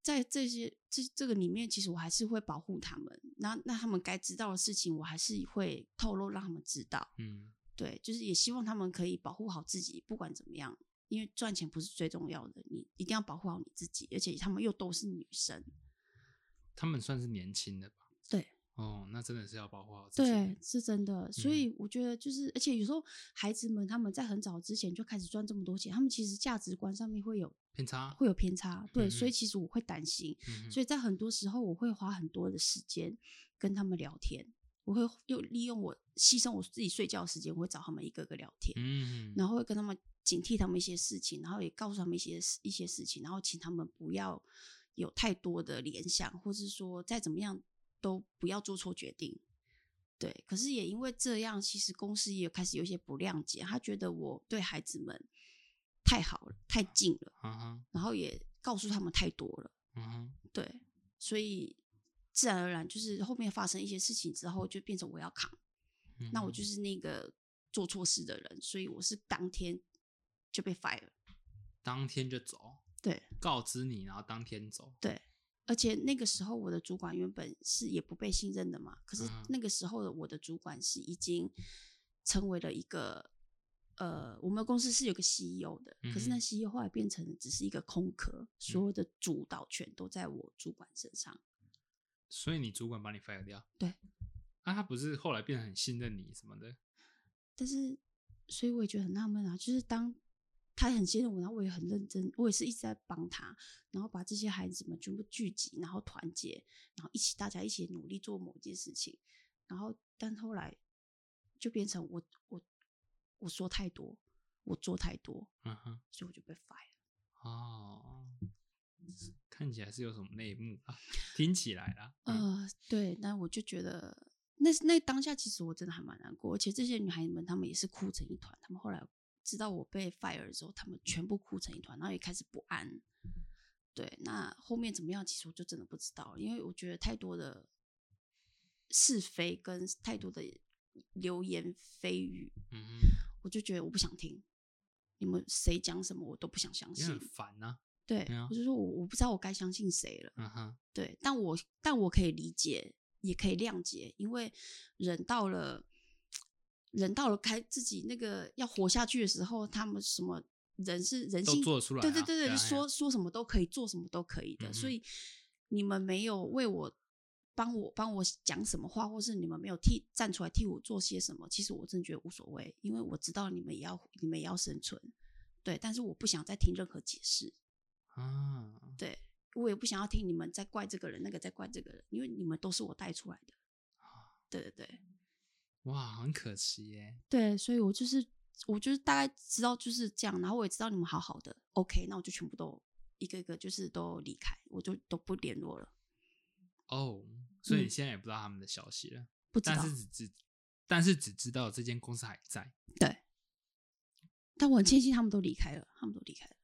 Speaker 2: 在这些这这个里面，其实我还是会保护他们，那那他们该知道的事情，我还是会透露让他们知道，
Speaker 1: 嗯
Speaker 2: 对，就是也希望他们可以保护好自己，不管怎么样，因为赚钱不是最重要的，你一定要保护好你自己，而且他们又都是女生，
Speaker 1: 他们算是年轻的吧？
Speaker 2: 对。
Speaker 1: 哦，那真的是要保护好自己。
Speaker 2: 对，是真的，所
Speaker 1: 嗯
Speaker 2: 以我觉得就是，而且有时候孩子们他们在很早之前就开始赚这么多钱，他们其实价值观上面会有
Speaker 1: 偏差。
Speaker 2: 会有偏差，对，所以
Speaker 1: 嗯哼
Speaker 2: 其实我会担心，
Speaker 1: 嗯哼
Speaker 2: 所以在很多时候我会花很多的时间跟他们聊天，我会又利用我牺牲我自己睡觉的时间，我会找他们一个个聊天，
Speaker 1: 嗯哼，
Speaker 2: 然后会跟他们警惕他们一些事情，然后也告诉他们一些事一些事情，然后请他们不要有太多的联想，或是说再怎么样都不要做错决定。对，可是也因为这样，其实公司也开始有一些不谅解，他觉得我对孩子们太好了，太近了。
Speaker 1: 嗯哼，
Speaker 2: 然后也告诉他们太多了，
Speaker 1: 嗯哼，
Speaker 2: 对，所以自然而然就是后面发生一些事情之后，就变成我要扛，
Speaker 1: 嗯
Speaker 2: 那我
Speaker 1: 哼
Speaker 2: 就是那个做错事的人，所以我是当天就被 fire，
Speaker 1: 当天就走，
Speaker 2: 对
Speaker 1: 告知你，然后当天走。
Speaker 2: 对，而且那个时候我的主管原本是也不被信任的嘛，可是
Speaker 1: 嗯
Speaker 2: 那个时候的我的主管是已经成为了一个。呃，我们公司是有个 CEO 的，可是那
Speaker 1: 嗯哼嗯
Speaker 2: CEO 后来变成只是一个空壳，所有的主导权都在我主管身上。
Speaker 1: 所以你主管把你 fire 掉。
Speaker 2: 对。
Speaker 1: 那、他不是后来变得很信任你什么的？
Speaker 2: 但是，所以我也觉得很纳闷啊，就是当他很信任我，然后我也很认真，我也是一直在帮他，然后把这些孩子们全部聚集，然后团结，然后一起大家一起努力做某件事情，然后但后来就变成我我我说太多，我做太多，
Speaker 1: 嗯哼。
Speaker 2: 所以我就被 fire。
Speaker 1: 哦，看起来是有什么内幕啊？听起来啦，嗯
Speaker 2: 呃，对，那我就觉得。那那当下其实我真的还蛮难过，而且这些女孩子们她们也是哭成一团，她们后来知道我被 fire 之后，她们全部哭成一团，然后也开始不安。对，那后面怎么样，其实我就真的不知道了，因为我觉得太多的是非跟太多的流言蜚语，
Speaker 1: 嗯哼，
Speaker 2: 我就觉得我不想听，你们谁讲什么我都不想相
Speaker 1: 也
Speaker 2: 信
Speaker 1: 很。烦呐、
Speaker 2: 对
Speaker 1: 对啊，
Speaker 2: 我就说我我不知道我该相信谁了。
Speaker 1: 嗯哼，
Speaker 2: 对，但我但我可以理解，也可以谅解，因为人到了人到了开自己那个要活下去的时候，他们什么人是人
Speaker 1: 都
Speaker 2: 性
Speaker 1: 做得出来
Speaker 2: 对
Speaker 1: 啊
Speaker 2: 对对
Speaker 1: 对啊哎呀
Speaker 2: 说说什么都可以，做什么都可以的。
Speaker 1: 嗯哼
Speaker 2: 所以你们没有为我帮我帮我讲什么话，或是你们没有替站出来替我做些什么，其实我真的觉得无所谓，因为我知道你们也要你们也要生存，对，但是我不想再听任何解释。
Speaker 1: 啊，
Speaker 2: 我也不想要听你们在怪这个人，那个在怪这个人，因为你们都是我带出来的。
Speaker 1: 啊
Speaker 2: 对对对
Speaker 1: 哇，很可惜耶。
Speaker 2: 对，所以我就是我就是大概知道就是这样，然后我也知道你们好好的，OK，那我就全部都一个一个就是都离开，我就都不联络了，
Speaker 1: 哦，所以你
Speaker 2: 嗯
Speaker 1: 现在也不知道他们的消息了，
Speaker 2: 不知
Speaker 1: 但
Speaker 2: 道。
Speaker 1: 是只知，但是只知道这间公司还在，
Speaker 2: 但我很庆幸他们都离开了，他们都离开了。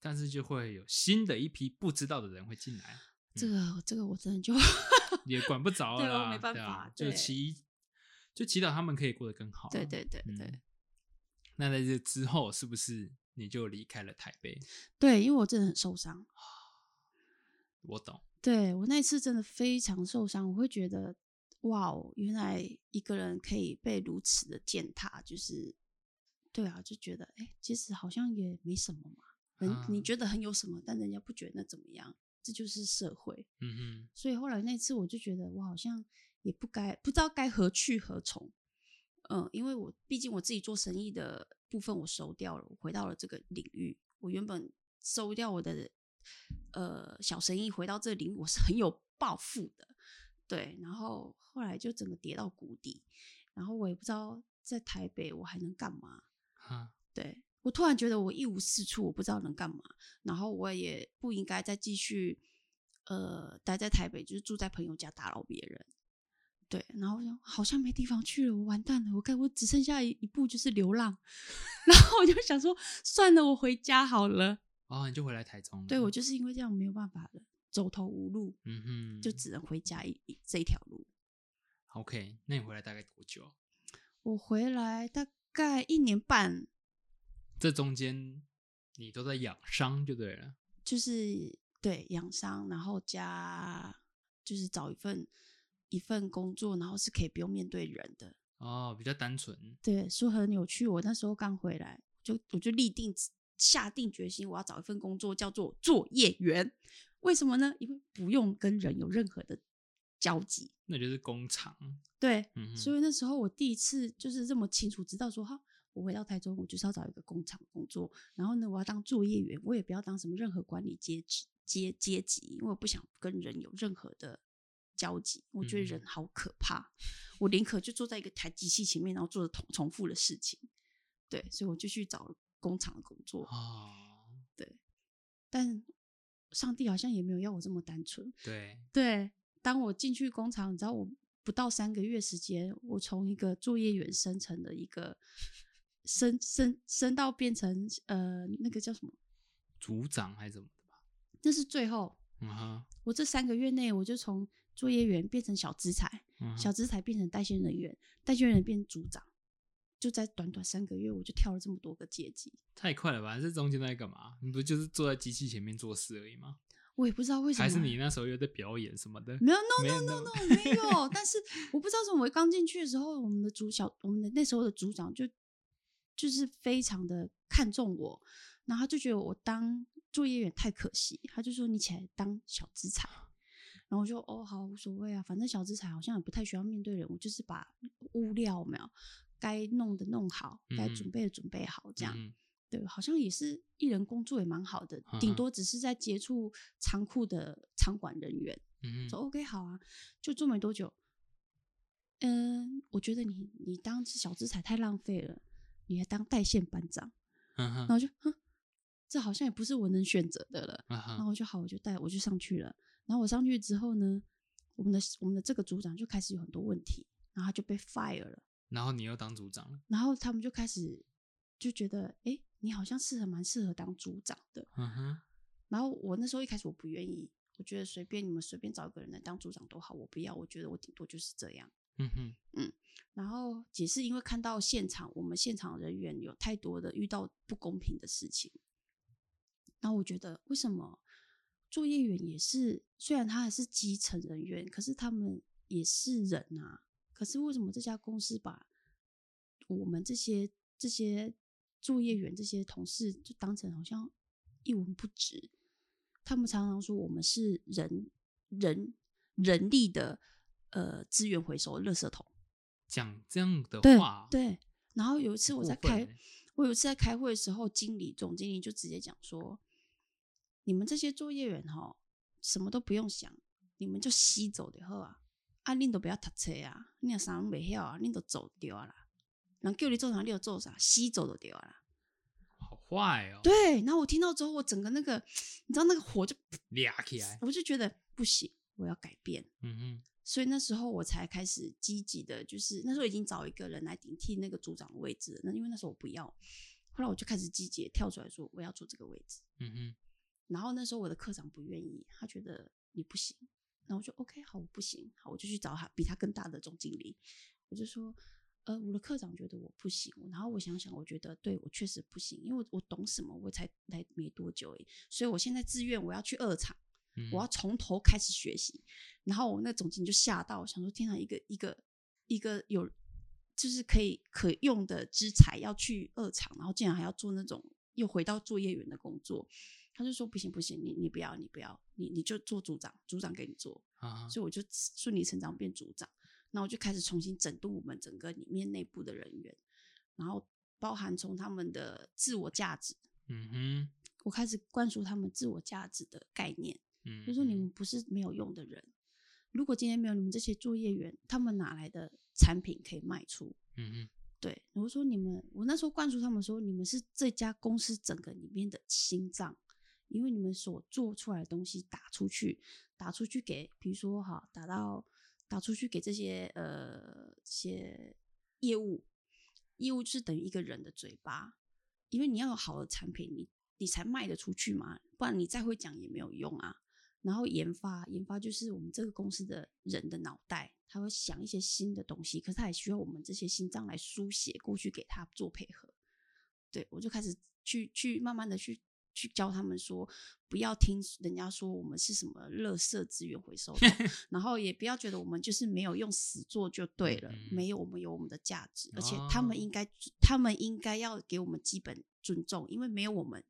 Speaker 1: 但是就会有新的一批不知道的人会进来，
Speaker 2: 这
Speaker 1: 嗯
Speaker 2: 个这个我真的就 (laughs)
Speaker 1: 也管不着
Speaker 2: 对
Speaker 1: 了啦，
Speaker 2: 我没办
Speaker 1: 对啊
Speaker 2: 法
Speaker 1: 就
Speaker 2: 对
Speaker 1: 祈就祈祷他们可以过得更好。
Speaker 2: 对对对对、
Speaker 1: 嗯那在这之后，是不是你就离开了台北？
Speaker 2: 对，因为我真的很受伤，
Speaker 1: 我懂，
Speaker 2: 对我那次真的非常受伤，我会觉得哇哦，原来一个人可以被如此的践踏，就是对啊，就觉得哎、其实好像也没什么嘛，人、你
Speaker 1: 啊
Speaker 2: 觉得很有什么，但人家不觉得那怎么样，这就是社会。
Speaker 1: 嗯哼，
Speaker 2: 所以后来那次我就觉得我好像也不该不知道该何去何从，嗯，因为我毕竟我自己做生意的部分我收掉了，我回到了这个领域，我原本收掉我的呃小生意，回到这个领域我是很有抱负的，对，然后后来就整个跌到谷底，然后我也不知道在台北我还能干嘛，
Speaker 1: 哈，
Speaker 2: 对我突然觉得我一无是处，我不知道能干嘛，然后我也不应该再继续呃待在台北，就是住在朋友家打扰别人。对，然后我想好像没地方去了，我完蛋了，我该我只剩下一一步就是流浪， (laughs) 然后我就想说算了，我回家好了。
Speaker 1: 哦，你就回来台中了。
Speaker 2: 对我就是因为这样没有办法了，走投无路，
Speaker 1: 嗯哼，
Speaker 2: 就只能回家一一这一条路。
Speaker 1: OK。那你回来大概多久？
Speaker 2: 我回来大概一年半，
Speaker 1: 这中间你都在养伤就对了。
Speaker 2: 就是对养伤，然后加就是找一份一份工作，然后是可以不用面对人的。
Speaker 1: 哦，比较单纯，
Speaker 2: 对，说很有趣。我那时候刚回来，就我就立定下定决心，我要找一份工作叫做作业员。为什么呢？因为不用跟人有任何的交集。
Speaker 1: 那就是工厂。
Speaker 2: 对，
Speaker 1: 嗯哼，
Speaker 2: 所以那时候我第一次就是这么清楚知道说，哈，我回到台中，我就是要找一个工厂工作，然后呢，我要当作业员，我也不要当什么任何管理阶级阶阶级，因为我不想跟人有任何的交集，我觉得人
Speaker 1: 嗯
Speaker 2: 好可怕，我宁可就坐在一个台机器前面，然后做着重重复的事情，对，所以我就去找工厂的工作，
Speaker 1: 哦，
Speaker 2: 但上帝好像也没有要我这么单纯，
Speaker 1: 对，
Speaker 2: 对，当我进去工厂，你知道我不到三个月时间，我从一个作业员升成了一个升升升到变成呃那个叫什么？
Speaker 1: 组长还是怎么的吧？
Speaker 2: 那是最后，
Speaker 1: 嗯哼，
Speaker 2: 我这三个月内我就从作业员变成小资产，
Speaker 1: 嗯哼
Speaker 2: 小资产变成代线人员，代线人员变成组长，就在短短三个月我就跳了这么多个阶级。
Speaker 1: 太快了吧？这中间都在干嘛？你不就是坐在机器前面做事而已吗？
Speaker 2: 我也不知道为什么，啊嗯
Speaker 1: 还是你那时候又在表演什么的？
Speaker 2: (laughs) 没有，no
Speaker 1: 没
Speaker 2: no
Speaker 1: 有
Speaker 2: no no，没
Speaker 1: (laughs)
Speaker 2: 有。但是我不知道为什么，我刚进去的时候，我们的组小，我们的那时候的组长就就是非常的看重我，然后他就觉得我当作业员太可惜，他就说你起来当小资产。
Speaker 1: 啊
Speaker 2: 然后我就哦好无所谓啊，反正小资产好像也不太需要面对人，我就是把物料有没有该弄的弄好，该
Speaker 1: 嗯
Speaker 2: 准备的准备好，这样。
Speaker 1: 嗯哼
Speaker 2: 对，好像也是艺人工作也蛮好的，
Speaker 1: 嗯
Speaker 2: 顶
Speaker 1: 哼
Speaker 2: 多只是在接触仓库的仓管人员。
Speaker 1: 嗯
Speaker 2: 说
Speaker 1: 哼，
Speaker 2: OK 好啊，就做没多久，嗯，我觉得你你当小资产太浪费了，你还当代线班长，
Speaker 1: 嗯
Speaker 2: 然后
Speaker 1: 哼，
Speaker 2: 我就哼，这好像也不是我能选择的了，
Speaker 1: 嗯
Speaker 2: 然
Speaker 1: 哼，
Speaker 2: 后我就好，我就带我就上去了，然后我上去之后呢，我们的我们的这个组长就开始有很多问题，然后他就被 fire 了，
Speaker 1: 然后你又当组长了。
Speaker 2: 然后他们就开始就觉得，哎，你好像适合蛮适合当组长的，
Speaker 1: 嗯哼，
Speaker 2: 然后我那时候一开始我不愿意，我觉得随便你们随便找一个人来当组长都好，我不要，我觉得我顶多就是这样。
Speaker 1: 嗯哼，
Speaker 2: 然后也是因为看到现场，我们现场人员有太多的遇到不公平的事情，然后我觉得为什么作业员也是，虽然他还是基层人员，可是他们也是人啊，可是为什么这家公司把我们这些这些作业员、这些同事就当成好像一文不值。他们常常说我们是人人人力的呃资源回收垃圾桶。
Speaker 1: 讲这样的
Speaker 2: 对
Speaker 1: 话，
Speaker 2: 对。然后有一次我
Speaker 1: 过
Speaker 2: 在
Speaker 1: 分
Speaker 2: 开
Speaker 1: 欸，
Speaker 2: 我有一次在开会的时候，经理总经理就直接讲说：“你们这些作业员哈，什么都不用想，你们就吸走就好啊！啊，恁都不要读册啊，恁也啥拢袂晓啊，恁都走掉啊啦。人叫你做啥，你就做啥，吸走就掉啊啦。
Speaker 1: 好坏哦，
Speaker 2: 对。然后我听到之后，我整个那个，你知道那个火就，
Speaker 1: 俩起来，
Speaker 2: 我就觉得不行，我要改变。
Speaker 1: 嗯哼，
Speaker 2: 所以那时候我才开始积极的，就是那时候已经找一个人来顶替那个组长的位置了。那因为那时候我不要，后来我就开始积极地跳出来说我要做这个位置。
Speaker 1: 嗯哼，
Speaker 2: 然后那时候我的科长不愿意，他觉得你不行。然后我就 OK，好，我不行，好，我就去找他比他更大的总经理。我就说，呃，我的科长觉得我不行，然后我想想，我觉得对我确实不行，因为我我懂什么，我才来没多久而已，所以我现在自愿我要去二厂。
Speaker 1: 嗯
Speaker 2: 我要从头开始学习。然后我那总经理就吓到，我想说天哪，啊一个一个一个有就是可以可用的资材要去二厂，然后竟然还要做那种又回到作业员的工作，他就说不行不行，你你不要你不要，你你就做组长，组长给你做。
Speaker 1: 啊，
Speaker 2: 所以我就顺理成章变组长。那我就开始重新整顿我们整个里面内部的人员，然后包含从他们的自我价值，
Speaker 1: 嗯哼，
Speaker 2: 我开始灌输他们自我价值的概念。
Speaker 1: 嗯，
Speaker 2: 就说你
Speaker 1: 嗯
Speaker 2: 们不是没有用的人。如果今天没有你们这些作业员，他们哪来的产品可以卖出？
Speaker 1: 嗯哼，
Speaker 2: 对，我说你们，我那时候灌输他们说，你们是这家公司整个里面的心脏，因为你们所做出来的东西打出去，打出去给，比如说哈，打到打出去给这些呃这些业务，业务就是等于一个人的嘴巴，因为你要有好的产品，你你才卖得出去嘛，不然你再会讲也没有用啊。然后研发，研发就是我们这个公司的人的脑袋，他会想一些新的东西，可是他也需要我们这些心脏来书写过去给他做配合。对我就开始去去慢慢的去去教他们说，不要听人家说我们是什么垃圾资源
Speaker 1: (laughs)
Speaker 2: 回收桶，然后也不要觉得我们就是没有用死做就对了，
Speaker 1: 嗯
Speaker 2: 没有我们有我们的价值，而且他们
Speaker 1: 哦
Speaker 2: 应该他们应该要给我们基本尊重，因为没有我们。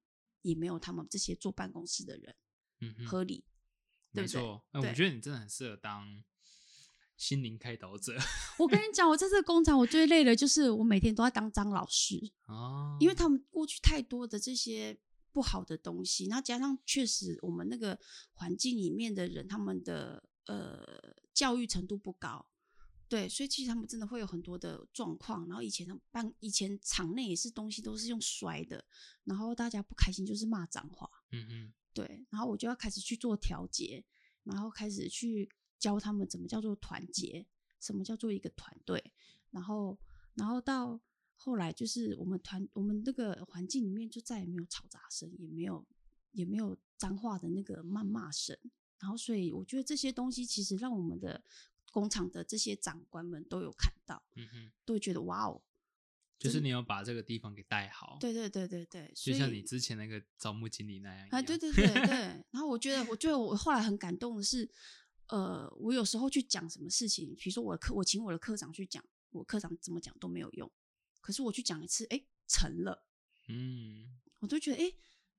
Speaker 2: 也没有他们这些坐办公室的人
Speaker 1: 嗯哼，
Speaker 2: 合理，对
Speaker 1: 没
Speaker 2: 不对？
Speaker 1: 错，哎，我
Speaker 2: 对
Speaker 1: 觉得你真的很适合当心灵开导者
Speaker 2: 我跟你讲，我在这个工厂，我最累的就是我每天都在当张老师，
Speaker 1: 哦，
Speaker 2: 因为他们过去太多的这些不好的东西，然后加上确实我们那个环境里面的人，他们的呃教育程度不高，对，所以其实他们真的会有很多的状况。然后以前他们办，以前场内也是东西都是用摔的，然后大家不开心就是骂脏话，
Speaker 1: 嗯哼，
Speaker 2: 对，然后我就要开始去做调节，然后开始去教他们怎么叫做团结，什么叫做一个团队，然后，然后到后来就是我们团我们那个环境里面就再也没有吵杂声，也没有也没有脏话的那个谩骂声，然后所以我觉得这些东西其实让我们的工厂的这些长官们都有看到，
Speaker 1: 嗯哼，
Speaker 2: 都会觉得哇哦，
Speaker 1: 就是你要把这个地方给带好，，
Speaker 2: 对对对对对，
Speaker 1: 就
Speaker 2: 所
Speaker 1: 像
Speaker 2: 以
Speaker 1: 你之前那个招募经理那样一
Speaker 2: 啊，
Speaker 1: 样，
Speaker 2: 对对对对。
Speaker 1: (laughs)
Speaker 2: 然后我觉得，我觉得我后来很感动的是，呃，我有时候去讲什么事情，比如说我的课，我请我的科长去讲，我科长怎么讲都没有用，可是我去讲一次，哎，成了，
Speaker 1: 嗯，
Speaker 2: 我都觉得，哎，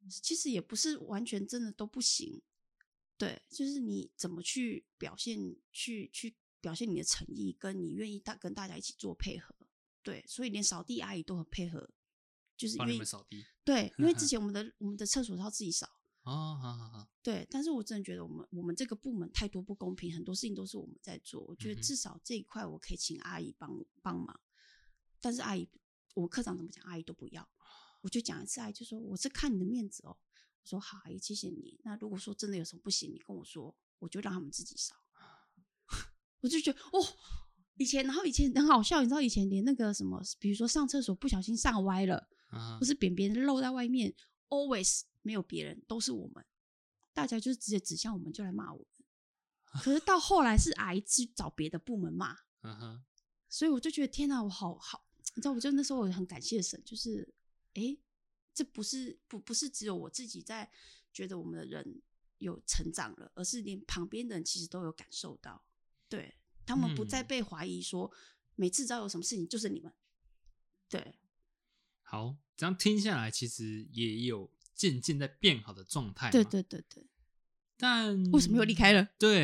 Speaker 2: 其实也不是完全真的都不行。对，就是你怎么去表现，去去表现你的诚意，跟你愿意大跟大家一起做配合。对，所以连扫地阿姨都很配合，就是
Speaker 1: 帮
Speaker 2: 愿
Speaker 1: 你
Speaker 2: 意
Speaker 1: 们扫地
Speaker 2: 对，因
Speaker 1: (laughs)
Speaker 2: 为之前我们的我们的厕所是要自己扫。
Speaker 1: 哦，好好好，
Speaker 2: 对，但是我真的觉得我们我们这个部门太多不公平，很多事情都是我们在做。我
Speaker 1: 嗯
Speaker 2: 觉得
Speaker 1: 哼
Speaker 2: 至少这一块我可以请阿姨帮帮忙，但是阿姨我科长怎么讲，阿姨都不要。
Speaker 1: 啊
Speaker 2: 我就讲一次，阿姨就说我是看你的面子哦。我说好，阿姨谢谢你。那如果说真的有什么不行，你跟我说，我就让他们自己扫。
Speaker 1: 啊
Speaker 2: (laughs) 我就觉得哦，以前然后以前很好笑，你知道以前连那个什么，比如说上厕所不小心上歪了，
Speaker 1: 啊
Speaker 2: 不，是扁扁露在外面，always 没有别人，都是我们，大家就是直接指向我们，就来骂我们。可是到后来是阿姨去找别的部门骂，
Speaker 1: 嗯哼，
Speaker 2: 所以我就觉得天哪，我好好，你知道，我就那时候我很感谢神，就是诶，这不是不不是只有我自己在觉得我们的人有成长了，而是连旁边的人其实都有感受到，对他们不再
Speaker 1: 嗯
Speaker 2: 被怀疑说，每次只要有什么事情就是你们，对，
Speaker 1: 好，这样听下来，其实也有渐渐在变好的状态。
Speaker 2: 对，对，对，对。
Speaker 1: 但
Speaker 2: 为什么又离？开了？
Speaker 1: (laughs)
Speaker 2: (laughs)
Speaker 1: 对，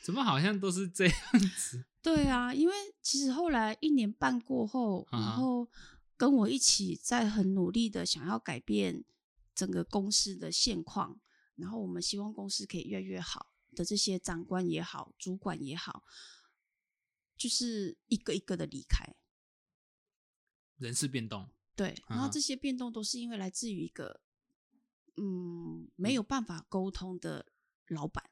Speaker 1: 怎么好像都是这样子？
Speaker 2: 对啊，因为其实后来一年半过后，
Speaker 1: 啊哈
Speaker 2: 然后跟我一起在很努力的想要改变整个公司的现况，然后我们希望公司可以越来越好的这些长官也好，主管也好，就是一个一个的离开。
Speaker 1: 人事变动，
Speaker 2: 对，然
Speaker 1: 啊哈
Speaker 2: 后这些变动都是因为来自于一个嗯没有办法沟通的老板。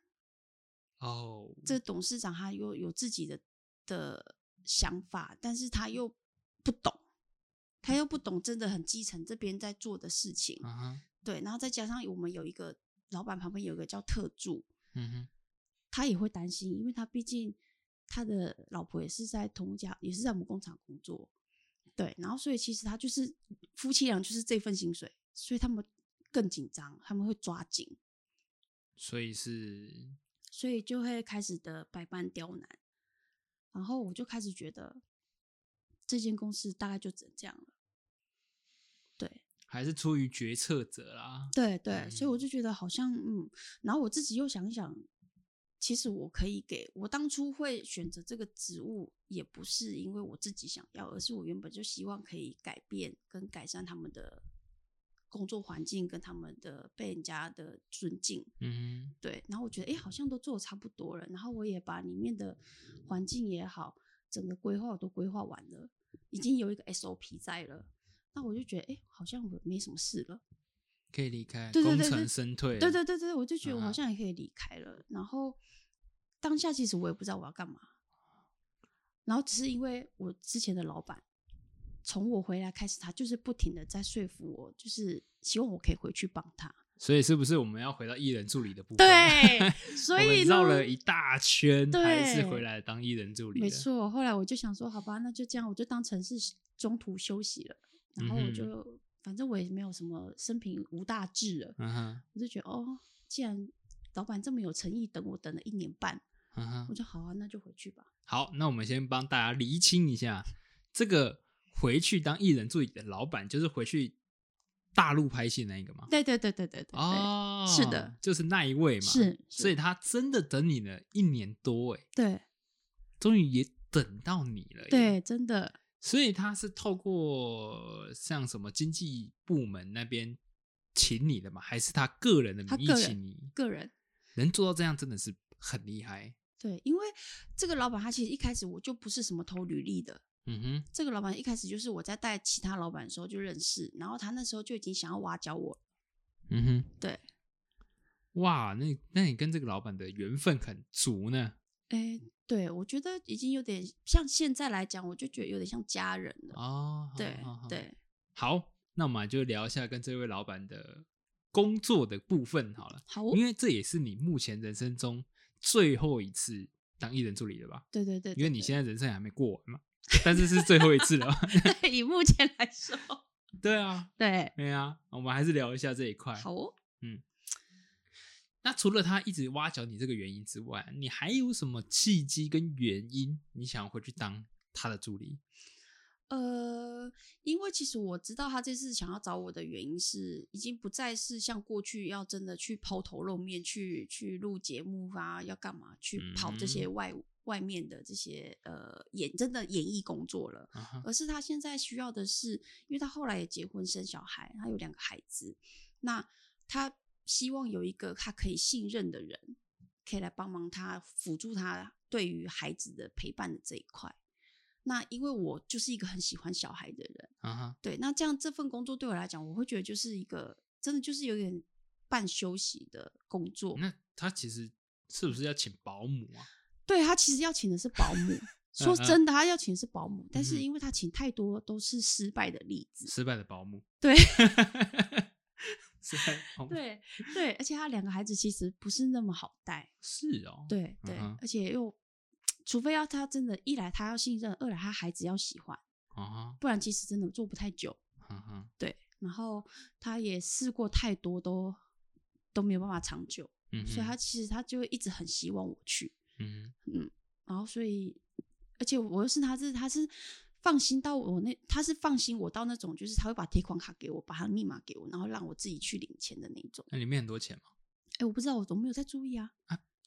Speaker 1: 哦，
Speaker 2: 这董事长他有有自己的的想法，但是他又不懂，他又不懂真的很基层这边在做的事情，
Speaker 1: 啊哈，
Speaker 2: 对，然后再加上我们有一个老板旁边有一个叫特助，
Speaker 1: 嗯哼，
Speaker 2: 他也会担心，因为他毕竟他的老婆也是在同一家，也是在我们工厂工作，对，然后所以其实他就是夫妻俩就是这份薪水，所以他们更紧张，他们会抓紧，
Speaker 1: 所以是
Speaker 2: 所以就会开始的百般刁难。然后我就开始觉得，这间公司大概就只能这样了。对
Speaker 1: 还是出于决策者啦。
Speaker 2: 对对，所以
Speaker 1: 嗯
Speaker 2: 我就觉得好像嗯，然后我自己又想一想，其实我可以给我当初会选择这个职务，也不是因为我自己想要，而是我原本就希望可以改变跟改善他们的工作环境跟他们的被人家的尊敬。
Speaker 1: 嗯
Speaker 2: 对，然后我觉得哎，诶好像都做的差不多了，然后我也把里面的环境也好，整个规划我都规划完了，已经有一个 SOP 在了，那我就觉得哎，诶好像我没什么事了。
Speaker 1: 哼，可以离开，
Speaker 2: 对对对
Speaker 1: 功成
Speaker 2: 对
Speaker 1: 身退。
Speaker 2: 对对对对，我就觉得我
Speaker 1: 啊
Speaker 2: 好像也可以离开了。然后当下其实我也不知道我要干嘛，然后只是因为我之前的老板从我回来开始，他就是不停的在说服我，就是希望我可以回去帮他。
Speaker 1: 所以是不是我们要回到艺人助理的部分？
Speaker 2: 对， (laughs) 所
Speaker 1: 我
Speaker 2: 以
Speaker 1: 们
Speaker 2: 呢
Speaker 1: 绕了一大圈，
Speaker 2: 对
Speaker 1: 还是回来当艺人助理。
Speaker 2: 没，错，后来我就想说，好吧，那就这样，我就当成是中途休息了。然后
Speaker 1: 嗯
Speaker 2: 我
Speaker 1: 哼
Speaker 2: 就、反正我也没有什么生平无大志了，
Speaker 1: 嗯哼，
Speaker 2: 我就觉得哦，既然老板这么有诚意，等我等了一年半，
Speaker 1: 嗯哼
Speaker 2: 我。就好啊，那就回去吧。
Speaker 1: 好，那我们先帮大家厘清一下，这个回去当艺人助理的老板，就是回去大陆拍戏那一个吗？
Speaker 2: 对对对对对对对，
Speaker 1: 哦，
Speaker 2: 是的，
Speaker 1: 就是那一位嘛。，
Speaker 2: 是，是
Speaker 1: 所以他真的等你了一年多，哎，
Speaker 2: 对
Speaker 1: 终于也等到你了。，
Speaker 2: 对，真的
Speaker 1: 所以他是透过像什么经纪部门那边请你的吗？还是他个人的
Speaker 2: 他
Speaker 1: 名义
Speaker 2: 个人
Speaker 1: 请你？
Speaker 2: 个人
Speaker 1: 能做到这样真的是很厉害。
Speaker 2: 对，因为这个老板他其实一开始我就不是什么投履历的，
Speaker 1: 嗯哼，
Speaker 2: 这个老板一开始就是我在带其他老板的时候就认识，然后他那时候就已经想要挖角我了，
Speaker 1: 嗯哼，
Speaker 2: 对。
Speaker 1: 哇，那那你跟这个老板的缘分很足呢。
Speaker 2: 哎，对，我觉得已经有点像现在来讲，我就觉得有点像家人了。
Speaker 1: 哦，好
Speaker 2: 对
Speaker 1: 好好
Speaker 2: 对，
Speaker 1: 好，那我们来就聊一下跟这位老板的工作的部分好了，
Speaker 2: 好哦，
Speaker 1: 因为这也是你目前人生中最后一次当艺人助理了吧？
Speaker 2: 对对对，
Speaker 1: 因为你
Speaker 2: 先
Speaker 1: 现在人生还没过完嘛，但是是最后一次
Speaker 2: (laughs)
Speaker 1: 了吧。
Speaker 2: 对以目前来说，
Speaker 1: 对啊，
Speaker 2: 对，
Speaker 1: 对啊，我们还是聊一下这一块。
Speaker 2: 好哦，
Speaker 1: 那除了他一直挖角你这个原因之外，你还有什么契机跟原因你想回去当他的助理？
Speaker 2: 呃，因为其实我知道他这次想要找我的原因是，已经不再是像过去要真的去抛头露面去去录节目啊，要干嘛去跑这些
Speaker 1: 嗯
Speaker 2: 外、外面的这些呃演真的演艺工作了。
Speaker 1: 啊哈，
Speaker 2: 而是他现在需要的是，因为他后来也结婚生小孩，他有两个孩子，那他希望有一个他可以信任的人，可以来帮忙他辅助他对于孩子的陪伴的这一块。那因为我就是一个很喜欢小孩的人，
Speaker 1: 啊哈，
Speaker 2: 对，那这样这份工作对我来讲，我会觉得就是一个真的就是有点半休息的工作。
Speaker 1: 那他其实是不是要请保姆啊？
Speaker 2: (laughs) 对他其实要请的是
Speaker 1: (laughs)
Speaker 2: 保姆，说真的，他要请的是保姆，但
Speaker 1: 嗯
Speaker 2: 是
Speaker 1: 哼
Speaker 2: 因为他请太多都是失败的例子，
Speaker 1: 失败的保姆。(laughs)
Speaker 2: 对，
Speaker 1: 失败的保姆，
Speaker 2: 对对，而且他两个孩子其实不是那么好带，
Speaker 1: 是哦，，
Speaker 2: 对对，
Speaker 1: 嗯哼
Speaker 2: 而且又除非要他真的，一来他要信任，二来他孩子要喜欢，
Speaker 1: 啊
Speaker 2: 不然其实真的做不太久。
Speaker 1: 哈，啊哈，
Speaker 2: 对，然后他也试过太多都都没有办法长久，
Speaker 1: 嗯哼，
Speaker 2: 所以他其实他就会一直很希望我去，
Speaker 1: 嗯
Speaker 2: 然后所以而且我又是他是他是放心到我那，他是放心我到那种，就是他会把提款卡给我，把他密码给我，然后让我自己去领钱的那一种。
Speaker 1: 那里面很多钱吗？
Speaker 2: 哎，我不知道，我都没有在注意啊，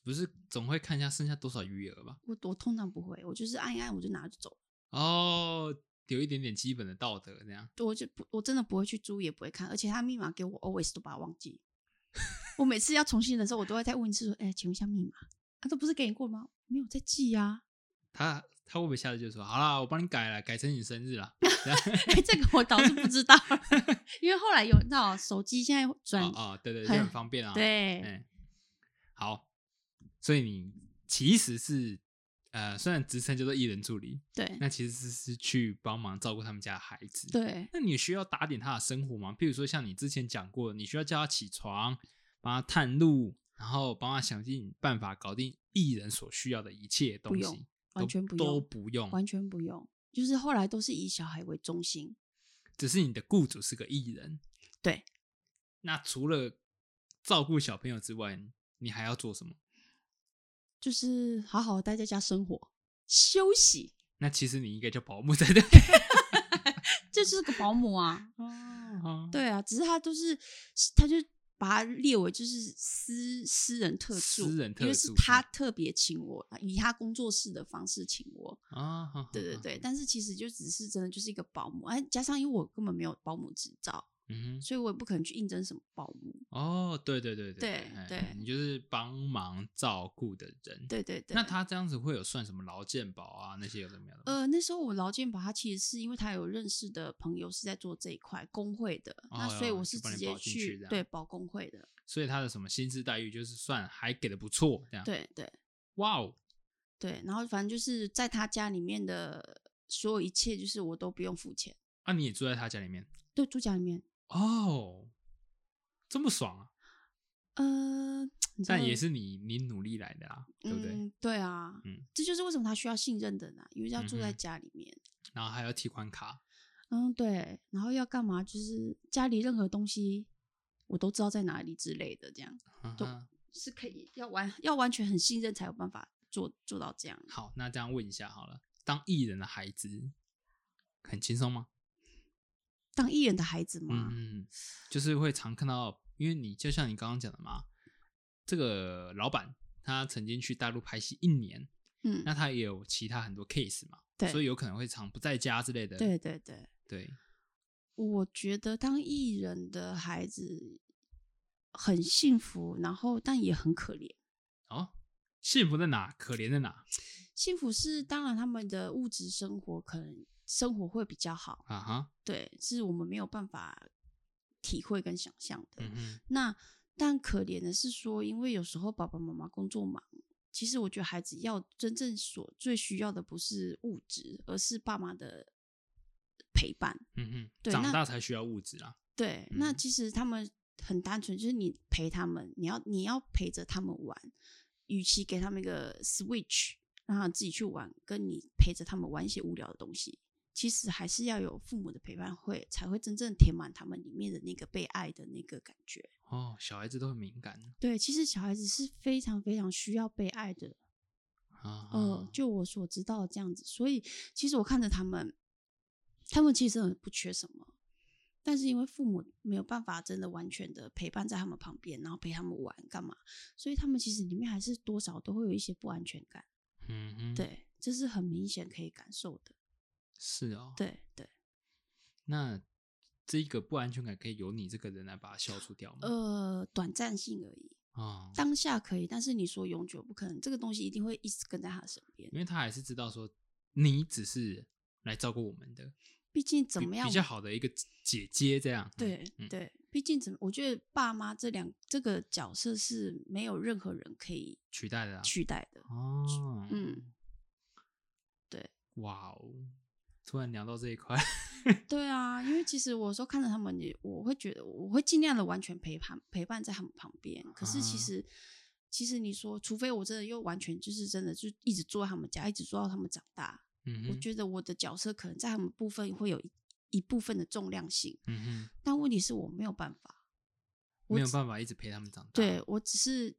Speaker 1: 不是总会看一下剩下多少余额吧？
Speaker 2: 我我通常不会，我就是按一按我就拿着走，
Speaker 1: 哦，有一点点基本的道德这样。
Speaker 2: 我就不我真的不会去注意，也不会看，而且他密码给我 always 都把它忘
Speaker 1: (laughs)
Speaker 2: 记。我每次要重新的时候，我都会再问一次说，哎，请问一下密码啊？这不是给你过吗？没有在记
Speaker 1: (laughs)
Speaker 2: 呀、
Speaker 1: 他他会不会下次就说好啦，我帮你改了，改成你生日啦？这样
Speaker 2: 哎，这个我倒是不
Speaker 1: (laughs)
Speaker 2: 知道，因为后来有你知道手机现在转、
Speaker 1: 哦哦，对对，就很方便啊。，
Speaker 2: 对、
Speaker 1: 嗯，好，所以你其实是呃，虽然职称叫做艺人助理，
Speaker 2: 对
Speaker 1: 那其实是是去帮忙照顾他们家的孩子。，
Speaker 2: 对，
Speaker 1: 那你需要打点他的生活吗？譬如说像你之前讲过，你需要叫他起床，帮他探路，然后帮他想尽办法搞定艺人所需要的一切东
Speaker 2: 不
Speaker 1: 西，
Speaker 2: 用
Speaker 1: 都
Speaker 2: 完全不
Speaker 1: 都
Speaker 2: 用
Speaker 1: 不用，
Speaker 2: 完全不用，就是后来都是以小孩为中心。
Speaker 1: 只是你的雇主是个艺人。
Speaker 2: 对，
Speaker 1: 那除了照顾小朋友之外，你还要做什么？
Speaker 2: 就是好好待在家生活、休息，
Speaker 1: 那其实你应该叫保姆才对。
Speaker 2: 这就是个保姆啊。
Speaker 1: 哦，
Speaker 2: 对啊，只是他都是，他就把它列为就是私私人特助，
Speaker 1: 私人特
Speaker 2: 因为是
Speaker 1: 助
Speaker 2: 他
Speaker 1: 嗯
Speaker 2: 特别请我，以他工作室的方式请我。
Speaker 1: 啊，好
Speaker 2: 对对，
Speaker 1: 好
Speaker 2: 对，但是其实就只是真的就是一个保姆，哎，加上因为我根本没有保姆执照，
Speaker 1: 嗯哼，
Speaker 2: 所以我也不可能去应征什么保姆。
Speaker 1: 哦，对对对
Speaker 2: 对
Speaker 1: 哎
Speaker 2: 对
Speaker 1: 你就是帮忙照顾的人。
Speaker 2: 对对对，
Speaker 1: 那他这样子会有算什么劳健保啊那些有的没有的吗？
Speaker 2: 呃，那时候我劳健保，他其实是因为他有认识的朋友是在做这一块工会的，那
Speaker 1: 哦
Speaker 2: 所以
Speaker 1: 哟
Speaker 2: 我
Speaker 1: 就是帮
Speaker 2: 直
Speaker 1: 你
Speaker 2: 接
Speaker 1: 保进去
Speaker 2: 去
Speaker 1: 这样
Speaker 2: 对保工会的，
Speaker 1: 所以他的什么薪资待遇就是算还给的不错，这样。，
Speaker 2: 对对
Speaker 1: 哇哦，
Speaker 2: 对，然后反正就是在他家里面的所有一切，就是我都不用付钱，
Speaker 1: 啊，你也住在他家里面
Speaker 2: 对，住家里面，
Speaker 1: 哦，这么爽啊！
Speaker 2: 呃，你知
Speaker 1: 但
Speaker 2: 道
Speaker 1: 也是你你努力来的啦，对不对？
Speaker 2: 嗯，对啊，
Speaker 1: 嗯
Speaker 2: 这就是为什么他需要信任的呢，因为要住在
Speaker 1: 嗯哼
Speaker 2: 家里面，
Speaker 1: 然后还有提款卡，
Speaker 2: 嗯，对，然后要干嘛，就是家里任何东西我都知道在哪里之类的，这样。
Speaker 1: 嗯
Speaker 2: 对
Speaker 1: 哼
Speaker 2: 是可以要完要完全很信任才有办法做做到这样。
Speaker 1: 好，那这样问一下好了，当艺人的孩子很轻松吗？
Speaker 2: 当艺人的孩子嘛，
Speaker 1: 嗯，就是会常看到，因为你就像你刚刚讲的嘛，这个老板他曾经去大陆拍戏一年，
Speaker 2: 嗯，
Speaker 1: 那他也有其他很多 case 嘛，
Speaker 2: 对
Speaker 1: 所以有可能会常不在家之类的。
Speaker 2: 对对对，
Speaker 1: 对，
Speaker 2: 我觉得当艺人的孩子很幸福，然后但也很可怜。
Speaker 1: 哦，幸福在哪？可怜在哪？
Speaker 2: 幸福是当然他们的物质生活可能生活会比较好，
Speaker 1: 啊哈，
Speaker 2: 对，是我们没有办法体会跟想象的。
Speaker 1: 嗯哼，
Speaker 2: 那但可怜的是说，因为有时候爸爸妈妈工作忙，其实我觉得孩子要真正所最需要的不是物质，而是爸妈的陪伴。
Speaker 1: 嗯哼，
Speaker 2: 对
Speaker 1: 长
Speaker 2: 那
Speaker 1: 大才需要物质啦。
Speaker 2: 对，那
Speaker 1: 嗯
Speaker 2: 其实他们很单纯，就是你陪他们，你要你要陪着他们玩，与其给他们一个 Switch 让他自己去玩，跟你陪着他们玩一些无聊的东西。其实还是要有父母的陪伴会，才会真正填满他们里面的那个被爱的那个感觉。
Speaker 1: 哦，小孩子都很敏感
Speaker 2: 对，其实小孩子是非常非常需要被爱的，
Speaker 1: 啊。
Speaker 2: 呃，就我所知道的这样子，所以其实我看着他们，他们其实很不缺什么，但是因为父母没有办法真的完全的陪伴在他们旁边，然后陪他们玩干嘛，所以他们其实里面还是多少都会有一些不安全感，
Speaker 1: 嗯哼，，
Speaker 2: 对，这是很明显可以感受的，
Speaker 1: 是哦。
Speaker 2: 对对，
Speaker 1: 那这个不安全感可以由你这个人来把它消除掉吗？嗯
Speaker 2: 呃，短暂性而已，
Speaker 1: 哦
Speaker 2: 当下可以，但是你说永久不可能，这个东西一定会一直跟在他身边
Speaker 1: 因，为他还是知道说你只是来照顾我们的，
Speaker 2: 毕竟怎
Speaker 1: 比
Speaker 2: 么样
Speaker 1: 比较好的一个姐姐这样。
Speaker 2: 对
Speaker 1: 嗯
Speaker 2: 对，毕竟怎么，我觉得爸妈这两这个角色是没有任何人可以
Speaker 1: 取代的啊
Speaker 2: 取代的。
Speaker 1: 哦，
Speaker 2: 嗯，对
Speaker 1: 哇哦，突然聊到这一块，
Speaker 2: 对啊，因为其实我有时候看着他们，也我会觉得我会尽量的完全陪伴陪伴在他们旁边。可是其
Speaker 1: 啊
Speaker 2: 实、其实你说，除非我真的又完全就是真的就一直坐在他们家，一直坐到他们长大，
Speaker 1: 嗯
Speaker 2: 我
Speaker 1: 哼，
Speaker 2: 觉得我的角色可能在他们部分会有一一部分的重量性，
Speaker 1: 嗯哼，
Speaker 2: 但问题是我没有办法。我
Speaker 1: 没有
Speaker 2: 只
Speaker 1: 办法一直陪他们长大。
Speaker 2: 对我只是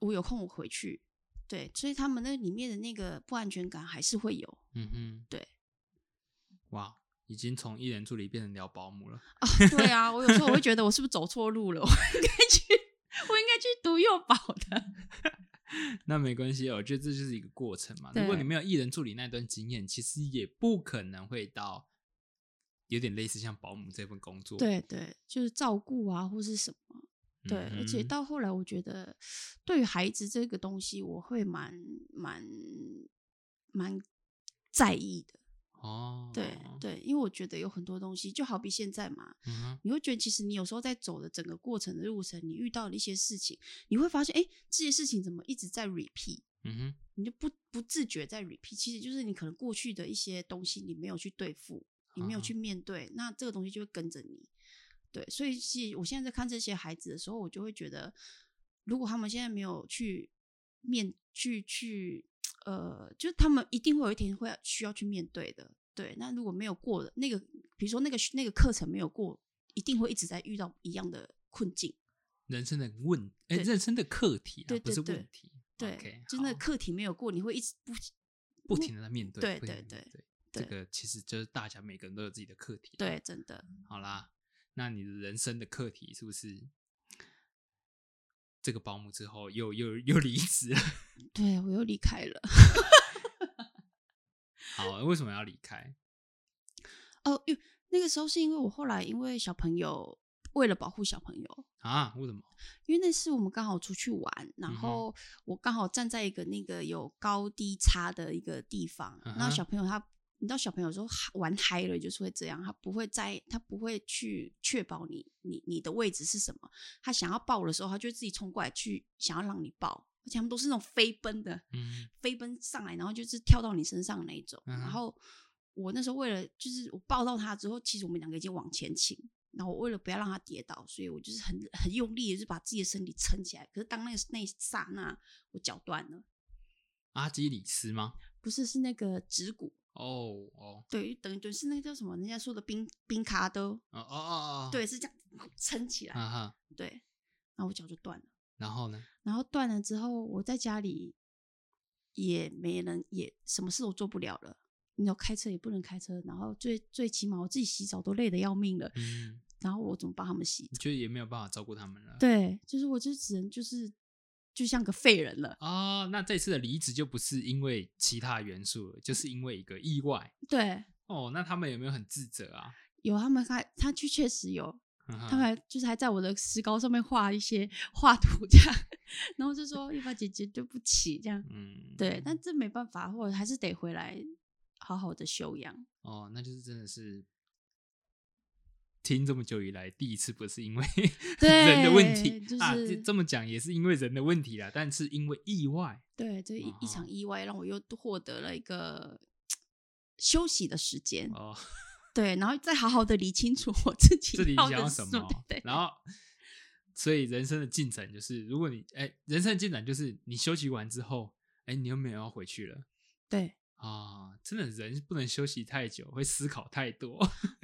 Speaker 2: 我有空我回去，对，所以他们那里面的那个不安全感还是会有。
Speaker 1: 嗯哼，
Speaker 2: 对。
Speaker 1: 哇，已经从艺人助理变成聊保姆了。
Speaker 2: 啊，对啊，我有时候我会觉得我是不是走错路了？我应该去，我应该去读幼保
Speaker 1: (laughs)
Speaker 2: 的。
Speaker 1: 那没关系，我觉得这就是一个过程嘛。如果
Speaker 2: 对
Speaker 1: 你没有艺人助理那段经验，其实也不可能会到有点类似像保姆这份工作。
Speaker 2: 对对，就是照顾啊，或是什么。
Speaker 1: 嗯哼，
Speaker 2: 对，而且到后来，我觉得对于孩子这个东西，我会蛮蛮蛮在意的。
Speaker 1: 哦，
Speaker 2: 对、对，因为我觉得有很多东西，就好比现在嘛，
Speaker 1: 嗯哼，
Speaker 2: 你会觉得其实你有时候在走的整个过程的路程，你遇到了一些事情，你会发现，哎，这些事情怎么一直在 repeat？
Speaker 1: 嗯哼，
Speaker 2: 你就不不自觉在 repeat，其实就是你可能过去的一些东西你没有去对付，你没有
Speaker 1: 啊
Speaker 2: 去面对，那这个东西就会跟着你。对，所以其实我现在在看这些孩子的时候，我就会觉得，如果他们现在没有去面去去呃，就是他们一定会有一天会需要去面对的。对，那如果没有过的那个，比如说那个那个课程没有过，一定会一直在遇到一样的困境。
Speaker 1: 人生的问，哎，
Speaker 2: 对
Speaker 1: 人生的课题啊，
Speaker 2: 对对
Speaker 1: 不是
Speaker 2: 对
Speaker 1: 问题。
Speaker 2: 对
Speaker 1: o k
Speaker 2: 就是那个课题没有过，你会一直不
Speaker 1: 不停的在面对，
Speaker 2: 对
Speaker 1: 不停地
Speaker 2: 对
Speaker 1: 面对。这
Speaker 2: 对
Speaker 1: 个其实就是大家每个人都有自己的课题。，
Speaker 2: 对，真的
Speaker 1: 好啦，那你的人生的课题是不是这个保姆之后又又又离职了？ (laughs)
Speaker 2: 对我又离开了。
Speaker 1: 好，为什么要离开？
Speaker 2: 哦，因为那个时候是因为我后来因为小朋友，为了保护小朋友，
Speaker 1: 啊？为什么？
Speaker 2: 因为那次我们刚好出去玩，然
Speaker 1: 嗯哼
Speaker 2: 后我刚好站在一个那个有高低差的一个地方，然
Speaker 1: 嗯
Speaker 2: 后
Speaker 1: 哼
Speaker 2: 小朋友他。你知道小朋友有时候嗨玩嗨了就是会这样，他不会在，他不会去确保你你你的位置是什么。他想要抱的时候，他就会自己冲过来去想要让你抱，而且他们都是那种飞奔的，
Speaker 1: 嗯
Speaker 2: 飞奔上来，然后就是跳到你身上那一种。
Speaker 1: 嗯
Speaker 2: 然后我那时候为了就是我抱到他之后，其实我们两个已经往前倾，然后我为了不要让他跌倒，所以我就是很很用力，就是把自己的身体撑起来。可是当那个那一刹那，我脚断了，
Speaker 1: 阿基里斯吗？
Speaker 2: 不是是那个指骨，
Speaker 1: 哦哦
Speaker 2: 对，等于等于是那个叫什么，人家说的冰冰卡都，
Speaker 1: 哦哦哦，哦，
Speaker 2: 对，是这样撑起来，
Speaker 1: 啊哈，
Speaker 2: 对，然后我脚就断了。
Speaker 1: 然后呢？
Speaker 2: 然后断了之后，我在家里也没人，也什么事都做不了了。你要开车也不能开车，然后最最起码我自己洗澡都累得要命了，
Speaker 1: 嗯，
Speaker 2: 然后我怎么帮他们洗
Speaker 1: 你
Speaker 2: 澡？
Speaker 1: 就也没有办法照顾他们了。
Speaker 2: 对，就是我就只能就是就像个废人了。
Speaker 1: 哦，那这次的离职就不是因为其他元素了，就是因为一个意外。
Speaker 2: 对，
Speaker 1: 哦，那他们有没有很自责啊？
Speaker 2: 有他们还他去确实有，
Speaker 1: 嗯哼
Speaker 2: 他们还就是还在我的石膏上面画一些画图这样，然后就说玉芳姐姐对不起这样。
Speaker 1: 嗯，
Speaker 2: 对，但这没办法，我还是得回来好好的休养。
Speaker 1: 哦，那就是真的是听这么久以来第一次，不是因为 (laughs) (laughs) 人的问题
Speaker 2: 对就是
Speaker 1: 啊，这这么讲也是因为人的问题啦，但是因为意外，
Speaker 2: 对，这一、一
Speaker 1: 哦
Speaker 2: 场意外让我又获得了一个休息的时间，
Speaker 1: 哦，
Speaker 2: 对，然后再好好的理清楚我自己
Speaker 1: 这里
Speaker 2: 要
Speaker 1: 想
Speaker 2: 的
Speaker 1: 要
Speaker 2: 是
Speaker 1: 什么？
Speaker 2: 对，
Speaker 1: 然后，所以人生的进展就是，如果你哎，人生的进展就是你休息完之后，哎，你又没有要回去了
Speaker 2: 对，
Speaker 1: 啊、真的人不能休息太久，会思考太多。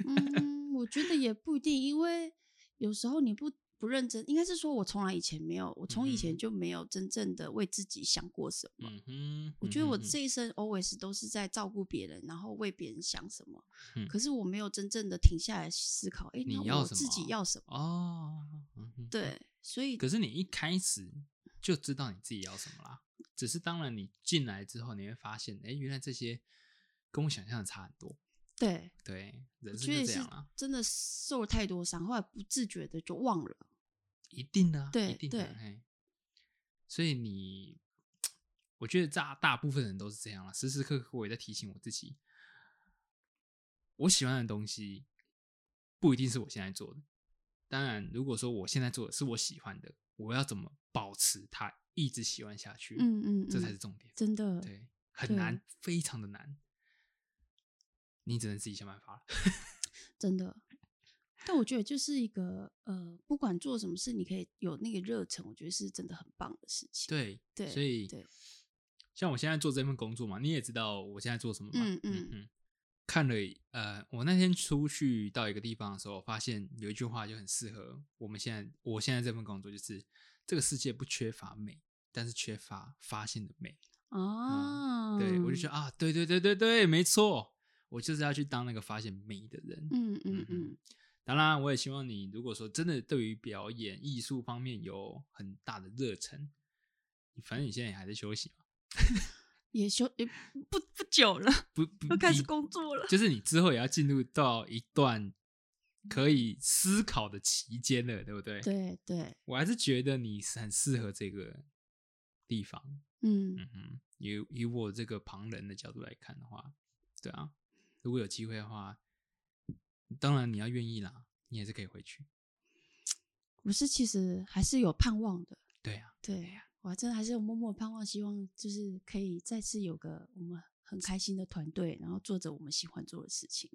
Speaker 2: 嗯，我觉得也不一定，因为有时候你不不认真，应该是说我从来以前没有，我从以
Speaker 1: 嗯
Speaker 2: 前
Speaker 1: 哼
Speaker 2: 就没有真正的为自己想过什么。
Speaker 1: (laughs) 嗯哼，
Speaker 2: 我觉得我
Speaker 1: 嗯哼
Speaker 2: 这一生 always 都是在照顾别人，然后为别人想什么，
Speaker 1: 嗯
Speaker 2: 可是我没有真正的停下来思考，哎，
Speaker 1: 你
Speaker 2: 那
Speaker 1: 要
Speaker 2: 我
Speaker 1: 什
Speaker 2: 自己
Speaker 1: 么
Speaker 2: 要什么？
Speaker 1: 哦，嗯哼，
Speaker 2: 对，所以
Speaker 1: 可是你一开始就知道你自己要什么啦，只是当然你进来之后，你会发现，哎，原来这些跟我想象的差很多。
Speaker 2: 对，
Speaker 1: 对，
Speaker 2: 我
Speaker 1: 人生
Speaker 2: 觉得
Speaker 1: 就
Speaker 2: 也
Speaker 1: 这
Speaker 2: 是
Speaker 1: 样啊啦，
Speaker 2: 真的受了太多伤，后来不自觉的就忘了。
Speaker 1: 一定的、啊，
Speaker 2: 对
Speaker 1: 一定的
Speaker 2: 对。
Speaker 1: 嘿所以你，我觉得大大部分人都是这样啦，时时刻刻我也在提醒我自己，我喜欢的东西不一定是我现在做的。当然，如果说我现在做的是我喜欢的，我要怎么保持它一直喜欢下去？
Speaker 2: 嗯嗯，
Speaker 1: 这才
Speaker 2: 嗯
Speaker 1: 是重点。
Speaker 2: 真的。
Speaker 1: 对，很
Speaker 2: 对
Speaker 1: 难，非常的难。你只能自己想办法了。
Speaker 2: 真的。但我觉得就是一个呃，不管做什么事，你可以有那个热忱，我觉得是真的很棒的事情。
Speaker 1: 对
Speaker 2: 对
Speaker 1: 所以
Speaker 2: 对
Speaker 1: 像我现在做这份工作嘛，你也知道我现在做什么嘛。
Speaker 2: 嗯
Speaker 1: 嗯
Speaker 2: 嗯
Speaker 1: 嗯。看了呃，我那天出去到一个地方的时候，发现有一句话就很适合我们现在我现在这份工作，就是这个世界不缺乏美，但是缺乏发现的美。
Speaker 2: 啊、嗯
Speaker 1: 对我就觉得啊，对对对对对，没错，我就是要去当那个发现美的人。
Speaker 2: 嗯嗯
Speaker 1: 嗯
Speaker 2: 嗯
Speaker 1: 当然，我也希望你，如果说真的对于表演艺术方面有很大的热忱，你反正你现在也还在休息嘛，
Speaker 2: 也休也不不久了，
Speaker 1: 不不
Speaker 2: 又开始
Speaker 1: 你
Speaker 2: 工作了。
Speaker 1: 就是你之后也要进入到一段可以思考的期间了，对不对？
Speaker 2: 对对，
Speaker 1: 我还是觉得你是很适合这个地方。
Speaker 2: 嗯，
Speaker 1: 嗯哼，以以我这个旁人的角度来看的话，对啊，如果有机会的话，当然你要愿意啦，你也是可以回去。
Speaker 2: 我是其实还是有盼望的。
Speaker 1: 对啊，
Speaker 2: 对，我还真的还是有默默盼望，希望就是可以再次有个我们很开心的团队，然后做着我们喜欢做的事情。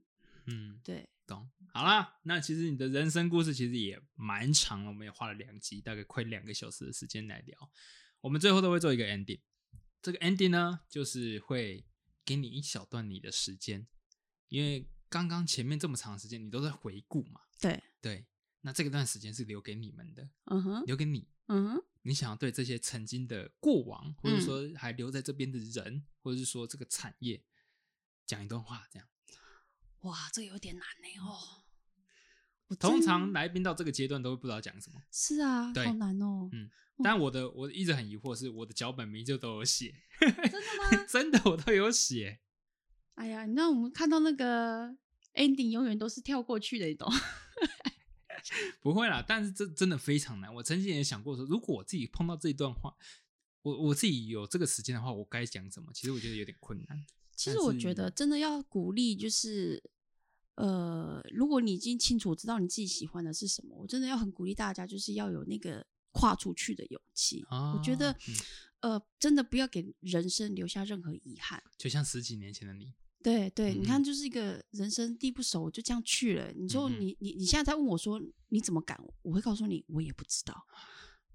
Speaker 1: 嗯，
Speaker 2: 对，
Speaker 1: 懂。好啦，那其实你的人生故事其实也蛮长了，我们也花了两集，大概快两个小时的时间来聊。我们最后都会做一个 ending，这个 ending 呢，就是会给你一小段你的时间，因为刚刚前面这么长的时间你都在回顾嘛，
Speaker 2: 对，
Speaker 1: 对，那这个段时间是留给你们的，
Speaker 2: 嗯哼，
Speaker 1: 留给你，
Speaker 2: 嗯哼，
Speaker 1: 你想要对这些曾经的过往，或
Speaker 2: 嗯
Speaker 1: 者说还留在这边的人，或者是说这个产业，讲一段话这样。
Speaker 2: 哇，这有点难呢哦。我
Speaker 1: 通
Speaker 2: 真
Speaker 1: 常来宾到这个阶段都会不知道讲什么，
Speaker 2: 是啊，
Speaker 1: 对
Speaker 2: 好难哦。
Speaker 1: 嗯但我的我一直很疑惑，是我的脚本名就都有写，
Speaker 2: 真的
Speaker 1: (laughs)
Speaker 2: 吗？(laughs)
Speaker 1: 真的我都有写，
Speaker 2: 哎呀，那我们看到那个 ending 永远都是跳过去的，你懂？
Speaker 1: 不会啦。但是这真的非常难。我曾经也想过说，如果我自己碰到这一段话，我我自己有这个时间的话，我该讲什么？其实我觉得有点困难。
Speaker 2: (laughs) 其
Speaker 1: 但
Speaker 2: 实我
Speaker 1: 是
Speaker 2: 觉得真的要鼓励，就是呃，如果你已经清楚知道你自己喜欢的是什么，我真的要很鼓励大家，就是要有那个跨出去的勇气。我觉得
Speaker 1: 哦、嗯
Speaker 2: 呃，真的不要给人生留下任何遗憾。
Speaker 1: 就像十几年前的你，
Speaker 2: 对对，你看，
Speaker 1: 嗯
Speaker 2: 就是一个人生地不熟，就这样去了。你说
Speaker 1: 嗯嗯
Speaker 2: 你你你现在在问我说你怎么敢？我会告诉你，我也不知道。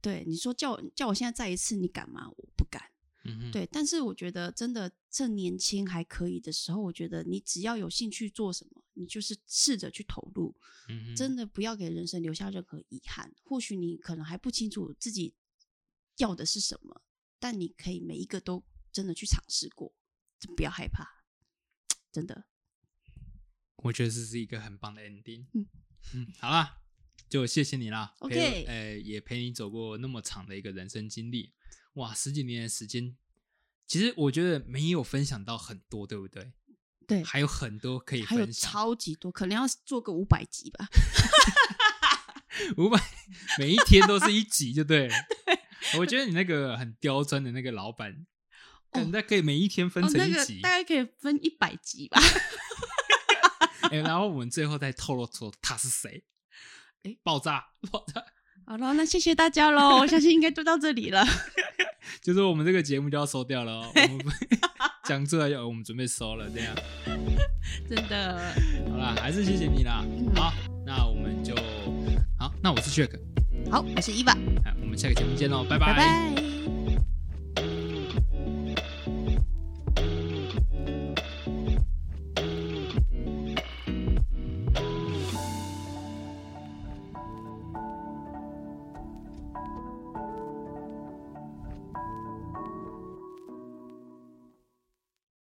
Speaker 2: 对，你说叫我叫我现在再一次，你敢吗？我不敢。
Speaker 1: 嗯哼，
Speaker 2: 对，但是我觉得真的趁年轻还可以的时候，我觉得你只要有兴趣做什么，你就是试着去投入，
Speaker 1: 嗯哼，
Speaker 2: 真的不要给人生留下任何遗憾。或许你可能还不清楚自己要的是什么，但你可以每一个都真的去尝试过，真不要害怕，真的。
Speaker 1: 我觉得这是一个很棒的 ending。
Speaker 2: 嗯
Speaker 1: 嗯，好啦，就谢谢你啦。
Speaker 2: OK
Speaker 1: 陪我呃，也陪你走过那么长的一个人生经历，哇，十几年的时间，其实我觉得没有分享到很多，对不对？
Speaker 2: 对，
Speaker 1: 还有很多可以
Speaker 2: 还有
Speaker 1: 分享，
Speaker 2: 超级多，可能要做个五百集吧。
Speaker 1: 五百 (laughs) 每一天都是一集，就对了。我觉得你那个很刁钻的那个老板，嗯
Speaker 2: 哦
Speaker 1: 那可以每一天分
Speaker 2: 哦，
Speaker 1: 成
Speaker 2: 那
Speaker 1: 一
Speaker 2: 个
Speaker 1: 集，
Speaker 2: 大概可以分一百集吧。
Speaker 1: 哎然后我们最后再透露出他是谁。
Speaker 2: 哎
Speaker 1: 爆炸，爆炸！
Speaker 2: 好了，那谢谢大家喽，我相信应该就到这里了。 (laughs)
Speaker 1: 就是我们这个节目就要收掉了、哦，我们不讲出来就，我们准备收了，这样
Speaker 2: 真的，
Speaker 1: 好啦，还是谢谢你啦。
Speaker 2: 嗯
Speaker 1: 好，那我们就好，那我是 Jack，
Speaker 2: 好，我是伊娃，
Speaker 1: 哎，我们下个节目见喽，
Speaker 2: 拜拜